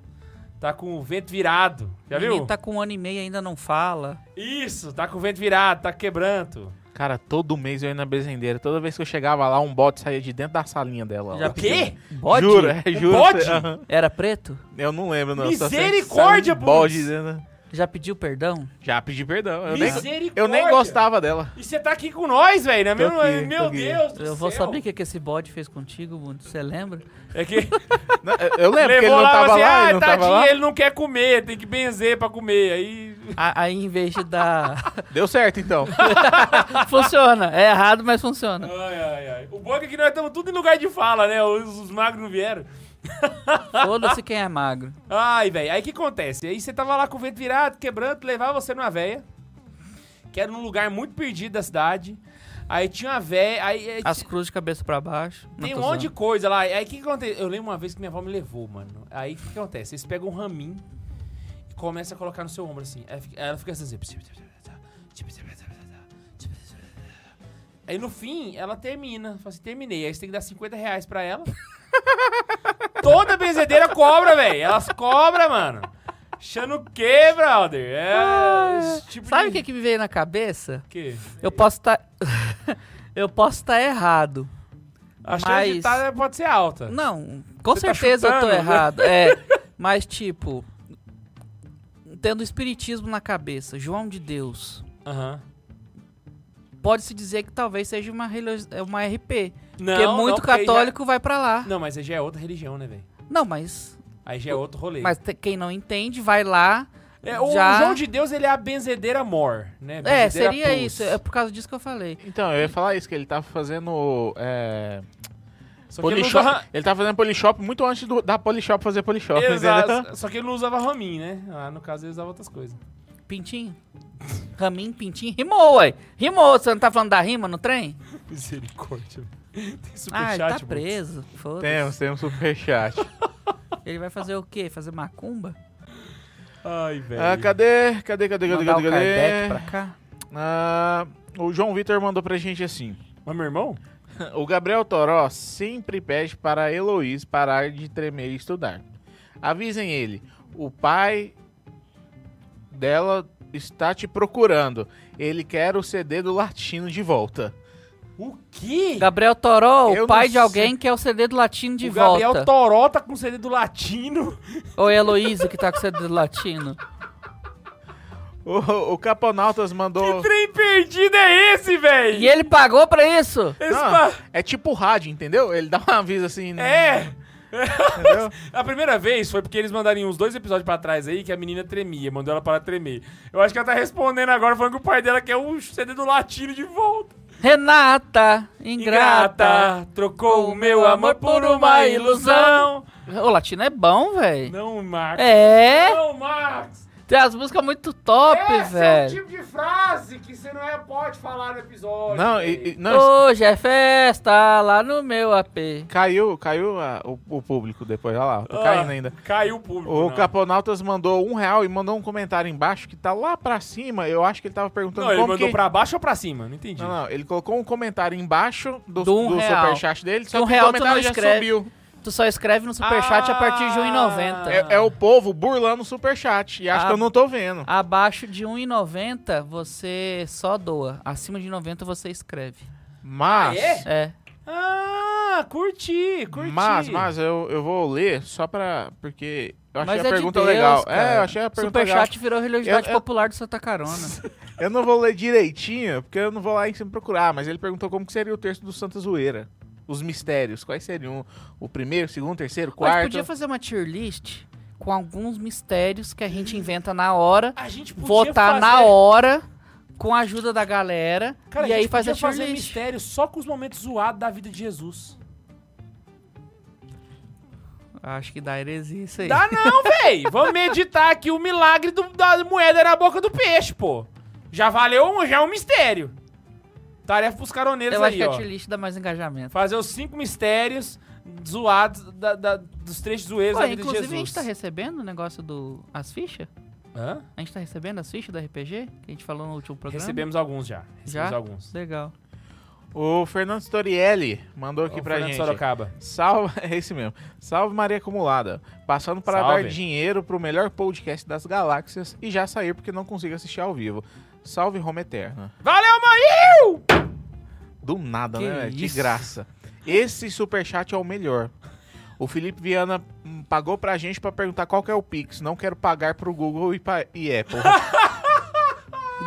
tá com o vento virado. Já O menino viu? tá com um ano e meio e ainda não fala. Isso, tá com o vento virado, tá com quebranto. Cara, todo mês eu ia na bezendeira. Toda vez que eu chegava lá, um bote saía de dentro da salinha dela. Já ó. O quê? Um Bode? Jura, é, jura. bode? Aham. Era preto? Eu não lembro, não. Só sei que Misericórdia, saiu de bode, Bruce. né? Já pediu perdão? Já pedi perdão. Eu nem, Misericórdia. eu nem gostava dela. E você tá aqui com nós, velho, né? Tô Meu, aqui, meu tô aqui. Deus do Eu vou céu. saber o que, que esse bode fez contigo, Mundo. Você lembra? É que Não, Né, eu- Eu lembro que ele levou não lá, tava assim, lá, ah, ele não tava tadinho, lá. ele não quer comer, tem que benzer pra comer. Aí A- Aí em vez de dar. Deu certo, então. funciona. É errado, mas funciona. Ai, ai, ai. O bom é que nós estamos tudo em lugar de fala, né? Os, os magros não vieram. Foda-se quem é magro. Ai, velho. Aí o que acontece? Aí você tava lá com o vento virado, quebrando, levava você numa véia. Que era num lugar muito perdido da cidade. Aí tinha uma véia. Aí, aí As cruzes de cabeça pra baixo. Não tem tô um monte de zoando. coisa lá. Aí o que que acontece? Eu lembro uma vez que minha avó me levou, mano. Aí o que que acontece? Eles pegam um raminho e começam a colocar no seu ombro assim. Aí fica- Ela fica assim. assim. tipo, Aí no fim, ela termina. Fala assim, terminei. Aí você tem que dar 50 reais pra ela. Toda benzedeira cobra, velho. Elas cobram, mano. Achando o quê, brother? É. esse tipo Sabe o de- que, que me veio na cabeça? que? Eu posso estar. Eu posso estar errado. A chance Mas- de tá- pode ser alta. Não, com Você tá certeza eu tô chutando, né? errado. É, mas tipo. Tendo o espiritismo na cabeça, João de Deus. Aham. Pode-se dizer que talvez seja uma, relio- é uma RP. Não, porque é não, muito porque aí já- católico vai pra lá. Não, mas aí já é outra religião, né, velho? Não, mas. Aí já é outro rolê. Mas te- quem não entende vai lá. É, o já- João de Deus, ele é a benzedeira mor, né? É, Benzedeira seria plus. isso. É por causa disso que eu falei. Então, eu ia falar isso, que ele tava fazendo. É, Só que ele, não polishop. usava... Ele tava fazendo polishop muito antes do, da polishop fazer polishop, entendeu? Exato. Só que ele não usava ramin, né? Ah, no caso, ele usava outras coisas. Pintinho? Ramin, pintinho. Rimou, ué. Rimou. Você não tá falando da rima no trem? Misericórdia. Tem ah, ele superchat, tá mano. preso. Foda-se. Temos, temos um superchat. um Ele vai fazer o quê? Fazer macumba? Ai, velho. ah, cadê? Cadê, cadê, cadê, Mandar cadê, o Kardec cadê? pra cá? Ah, o João Vitor mandou pra gente assim. Mas meu irmão? O Gabriel Toró sempre pede para a Heloís parar de tremer e estudar. Avisem ele, o pai dela está te procurando. Ele quer o CD do Latino de volta. O quê? Gabriel Toró, Eu o pai não de sei. alguém que é o CD do latino de o volta. Gabriel Toró tá com CD do latino. Ou é a Heloísa que tá com o CD do latino. O, o Caponautas Que mandou. trem perdido é esse, velho? E ele pagou pra isso? Esse Não, pa- é tipo rádio, entendeu? Ele dá um aviso assim. É. Entendeu? A primeira vez foi porque eles mandaram uns dois episódios pra trás aí que a menina tremia, mandou ela parar de tremer. Eu acho que ela tá respondendo agora falando que o pai dela quer o CD do latino de volta. Renata, ingrata. Ingrata, trocou o meu amor por uma ilusão. O latino é bom, velho. Não, Max. É. Não, Max. Tem as músicas muito top, Esse é o velho. tipo de frase que você não é, pode falar no episódio. né? Não, velho. e- e- não Hoje é festa lá no meu AP. caiu, caiu ah, o, o público depois, olha lá, tô Ah, caindo ainda. Caiu o público. O não. Caponautas mandou um real e mandou um comentário embaixo que tá lá pra cima. Eu acho que ele tava perguntando Não, ele como mandou que... pra baixo ou pra cima? Não entendi. Não, não, ele colocou um comentário embaixo do, Do um do real. superchat dele, só Do um que real tu o comentário não já escreve. subiu. Tu só escreve no superchat a partir de Ah, 1,90. É, é o povo burlando o superchat e acho Ah. que eu não tô vendo. Abaixo de 1,90 você só doa. Acima de 90 você escreve. Mas, Ah, é? É. Ah, curti, curti. mas, mas eu, eu vou ler só pra... Porque eu achei Mas a é pergunta de Deus, legal. Cara. É, eu achei a pergunta legal. Superchat virou religiosidade Eu- eu- popular do Santa Carona. Eu não vou ler direitinho, porque eu não vou lá em cima procurar, mas ele perguntou como que seria o texto do Santa Zoeira. Os mistérios, quais seriam? O primeiro, o segundo, o terceiro, o Mas quarto. podia fazer uma tier list com alguns mistérios que a gente inventa na hora, A gente podia votar fazer... na hora, com a ajuda da galera, Cara, e a gente aí assim, fazer a podia tier fazer list. mistério só com os momentos zoados da vida de Jesus. Ah, Acho que dá heresia isso aí. Dá não, véi. Vamos meditar aqui o milagre do- da moeda na boca do peixe, pô. Já valeu, um, já é um mistério. Tarefa pros caroneiros Eu acho aí, que a ó. tier list dá mais engajamento. Fazer os cinco mistérios zoados da- da- dos trechos zoeiros Pô, da vida de inclusive Jesus. a gente tá recebendo o negócio do. as fichas? Hã? A gente tá recebendo as fichas do RPG? Que a gente falou no último programa? Recebemos alguns já. Recebemos Já? alguns. Legal. O Fernando Storielli mandou aqui Ô, pra Fernando gente. Sorocaba. Salve, é esse mesmo. Salve Maria Acumulada. Passando para Salve. dar dinheiro pro melhor podcast das galáxias e já sair porque não consigo assistir ao vivo. Salve Roma Eterna. Valeu, mãe! Do nada, Que né? velho? De isso? graça. Esse superchat é o melhor. O Felipe Viana hum, pagou pra gente pra perguntar qual que é o Pix. Não quero pagar pro Google e, pa- e Apple.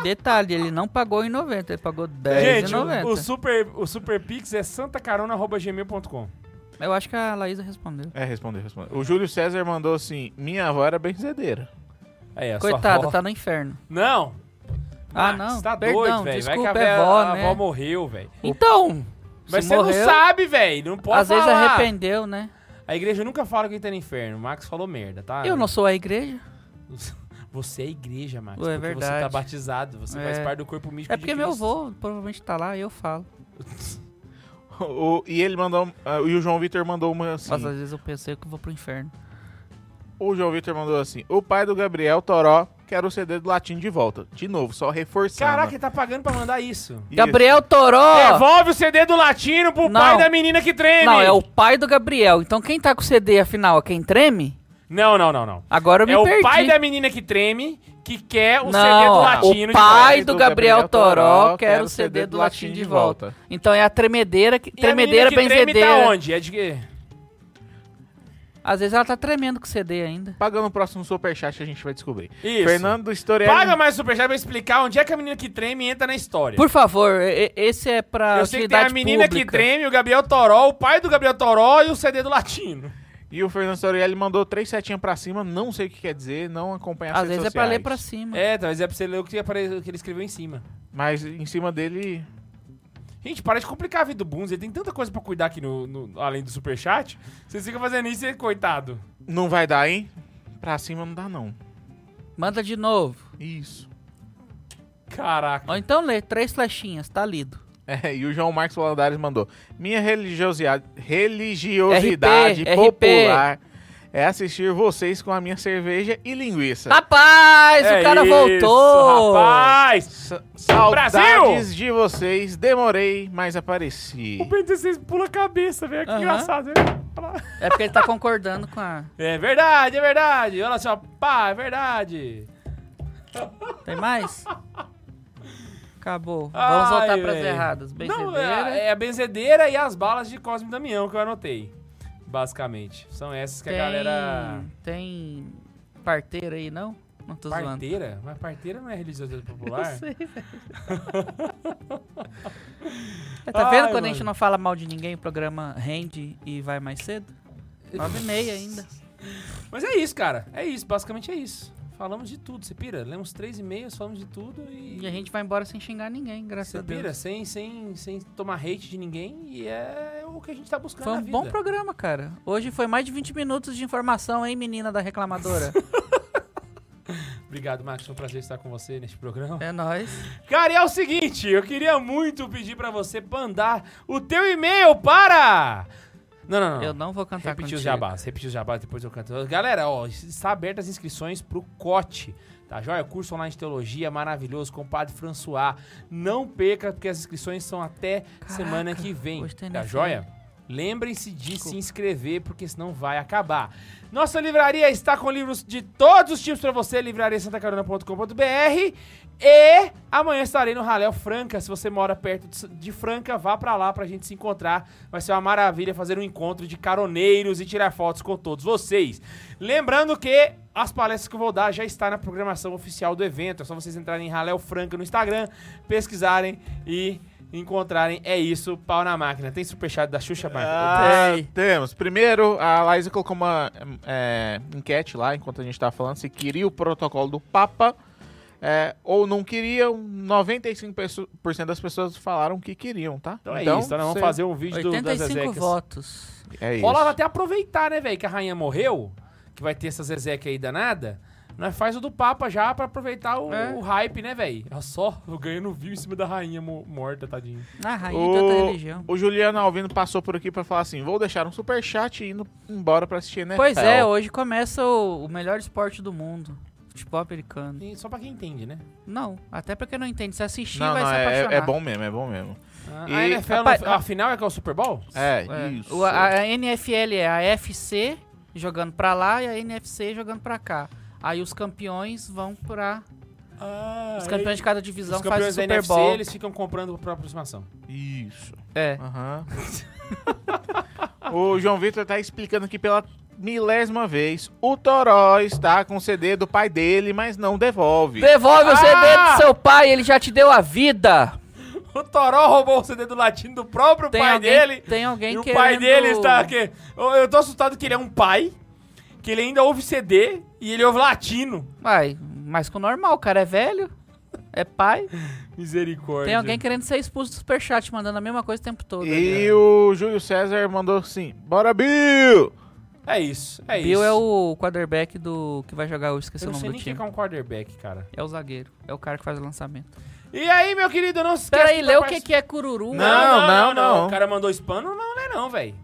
Detalhe, ele não pagou em 90, ele pagou 10 Gente, em 90. o, o super, o super Pix é santacarona.gmail.com. Eu acho que a Laísa respondeu. é, respondeu, respondeu. O Júlio César mandou assim: minha avó era benzedeira. Aí, ó, É sua Coitada, avó. tá no inferno. Não! Ah, Max, não. Tá Perdão, doido, velho. Vai que desculpa, a véia- é vó, a né? avó morreu, velho. Então, Mas se você morreu, não sabe, velho. Não pode às falar. vezes arrependeu, né? A igreja nunca fala que tá no inferno. O Max falou merda, tá? Eu não sou a igreja. Você é igreja, Max. Ué, é porque você verdade. tá batizado. Você faz É. parte do corpo místico É de porque meu Cristo. avô provavelmente tá lá e eu falo. O- e ele mandou. ah, e o João Vitor mandou uma assim. Mas às vezes eu pensei que eu vou pro inferno. O João Vitor mandou assim: O pai do Gabriel Toró quer o CD do Latim de volta. De novo, só reforçando. Caraca, ele tá pagando pra mandar isso. É, Isso. Gabriel Toró! Devolve o CD do latino pro Não. pai da menina que treme. Não, é o pai do Gabriel. Então quem tá com o CD afinal é quem treme? Não, não, não, não. Agora eu me É o perdi. pai da menina que treme que quer o CD do Não, latino o de volta. pai do Gabriel Toró quer o CD do Latim de volta. Então é a tremedeira, que, E a tremedeira menina que treme tá benzedeira. onde? É de quê? Às vezes ela tá tremendo com o CD ainda. Pagando o próximo superchat a gente vai descobrir. Isso. Fernando Historielli. Paga mais superchat pra explicar onde é que a menina que treme entra na história. Por favor, e- e- esse é pra Eu sei que tem a atividade menina que pública. treme, o Gabriel Toró, o pai do Gabriel Toró e o CD do Latino. E o Fernando Historielli mandou três setinhas pra cima, não sei o que quer dizer, não acompanha as Às redes vezes é pra sociais. ler pra cima. É, talvez é pra você ler o que, apare- o que ele escreveu em cima. Mas em cima dele. Gente, para de complicar a vida do Bunz, ele tem tanta coisa pra cuidar aqui no, no- além do superchat. Vocês ficam fazendo isso, e, coitado. Não vai dar, hein? Pra cima não dá, não. Manda de novo. Isso. Caraca. Ou então lê três flechinhas, tá lido. É, e o João Marcos Valadares mandou. Minha religiosidade, religiosidade RP, RP. popular é assistir vocês com a minha cerveja e linguiça. Tá Rapaz, Tá. É o cara isso, voltou! Rapaz! Sa- saudades Brasil! de vocês, demorei, mas apareci. O B16 pula a cabeça, velho. Que Aham. engraçado, né? Olha lá. É porque ele tá concordando com a. É verdade, é verdade. Olha só, pá, é verdade. Tem mais? Acabou. Ai, Vamos voltar pras véi. erradas. Não, Benzedeira. é, é a benzedeira e as balas de Cosme Damião que eu anotei. Basicamente. São essas que tem, a galera. Tem parteira aí, não? Não tô zoando. Parteira? Mas parteira não é religiosidade popular? Eu sei, velho. tá vendo Ai, quando a gente mano. não fala mal de ninguém, o programa rende e vai mais cedo? Nove e meia ainda. Mas é isso, cara. É isso, basicamente é isso. Falamos de tudo, você pira? Lemos três e-mails, falamos de tudo e. E a gente vai embora sem xingar ninguém, graças Você a Deus. pira, sem, sem, sem tomar hate de ninguém, e é o que a gente tá buscando. Foi na um vida. bom programa, cara. Hoje foi mais de 20 minutos de informação, hein, menina da reclamadora? Obrigado, Max. Foi um prazer estar com você neste programa. É nóis. Cara, e é o seguinte, eu queria muito pedir pra você mandar o teu e-mail para... Não, não, não. Eu não vou cantar Repetir contigo. os jabás, repetir os jabás, depois eu canto. Galera, ó, está abertas as inscrições pro COT, tá joia? Curso online de teologia maravilhoso com o Padre François. Não perca, porque as inscrições são até Caraca, semana que vem, hoje tem tá NFL. joia? Lembrem-se de se inscrever, porque senão vai acabar. Nossa livraria está com livros de todos os tipos pra você, livrariasantacarona.com.br. E amanhã estarei no Raléu Franca. Se você mora perto de S- de Franca, vá pra lá pra gente se encontrar. Vai ser uma maravilha fazer um encontro de caroneiros e tirar fotos com todos vocês. Lembrando que as palestras que eu vou dar já está na programação oficial do evento. É só vocês entrarem em Raléu Franca no Instagram, pesquisarem e encontrarem. É isso, pau na máquina. Tem superchat da Xuxa, Marco? Ah, Tem. temos. Primeiro, a Laísa colocou uma é, enquete lá, enquanto a gente tava falando, se queria o protocolo do Papa é, ou não queriam. 95% pesso- por cento das pessoas falaram que queriam, tá? Então, é isso, tá? Nós vamos cê- fazer um vídeo do, das 85 Ezequias. votos. É isso. Rolava até aproveitar, né, velho, que a rainha morreu, que vai ter essa Zezek aí danada. Nós faz o do Papa já pra aproveitar o, É. o hype, né, velho? Olha só, eu ganhando view em cima da rainha mo- morta, tadinho. Na rainha de outra religião. O, o Juliano Alvino passou por aqui pra falar assim: vou deixar um superchat e indo embora pra assistir, né? Pois é, hoje começa o, o melhor esporte do mundo. Futebol americano. E Só pra quem entende, né? Não, até pra quem não entende. Se assistir, Não, vai não, se é, apaixonar. é bom mesmo, é bom mesmo. A- E- Ah, a NFL, Rapaz, no- a, final é que é o Super Bowl? É, É. isso. O- a, a NFL é a FC jogando pra lá e a NFC jogando pra cá. Aí os campeões vão pra. Ah, Os campeões de cada divisão Os campeões fazem o Super da NFC, Bowl. eles ficam comprando por aproximação. Isso. É. Aham. o João Vitor tá explicando aqui pela milésima vez. O Toró está com o CD do pai dele, mas não devolve. Devolve o CD Ah! do seu pai, ele já te deu a vida. O Toró roubou o CD do latino do próprio Tem pai alguém, dele. Tem alguém e o querendo... pai dele está aqui. Eu, eu tô assustado que ele é um pai, que ele ainda ouve CD e ele ouve latino. Vai, mas com o normal, o cara é velho, é pai. Misericórdia. Tem alguém querendo ser expulso do superchat, mandando a mesma coisa o tempo todo. E o Júlio César mandou assim: Bora, Bill! É isso, é Bill isso. é o quarterback do que vai jogar, eu esqueci Eu o não nome sei do nem quem time. que é um quarterback, cara. É o zagueiro, é o cara que faz o lançamento. E aí, meu querido, não se esqueça... Pera aí, de lê o que, participar- que é cururu. Não não não, Não, não, não. O cara mandou spam, não, não lê não, velho.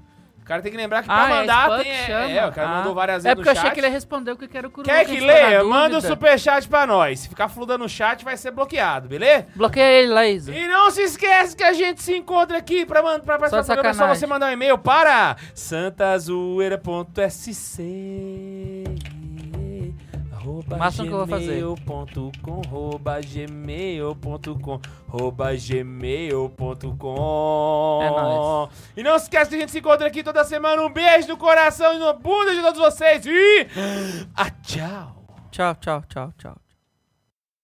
O cara tem que lembrar que pra Ah, é mandar spam tem... que É, chama. é, o cara Ah. mandou várias vezes É porque eu no achei chat. que ele respondeu que era o cururu. Quer a que gente ficou na leia? Manda o dúvida. superchat pra nós. Se ficar fludando no chat, vai ser bloqueado, beleza? Bloqueia ele, Laísa. E não se esquece que a gente se encontra aqui pra, man- pra participar Só do programa. É só sacanagem. você mandar um e-mail para santazoeira.sc arroba Massa que eu vou fazer. gmail.com arroba gmail.com arroba gmail.com É nóis. E não se esquece que a gente se encontra aqui toda semana. Um beijo no coração e no bunda de todos vocês. E... Ah, tchau! Tchau, tchau, tchau, tchau.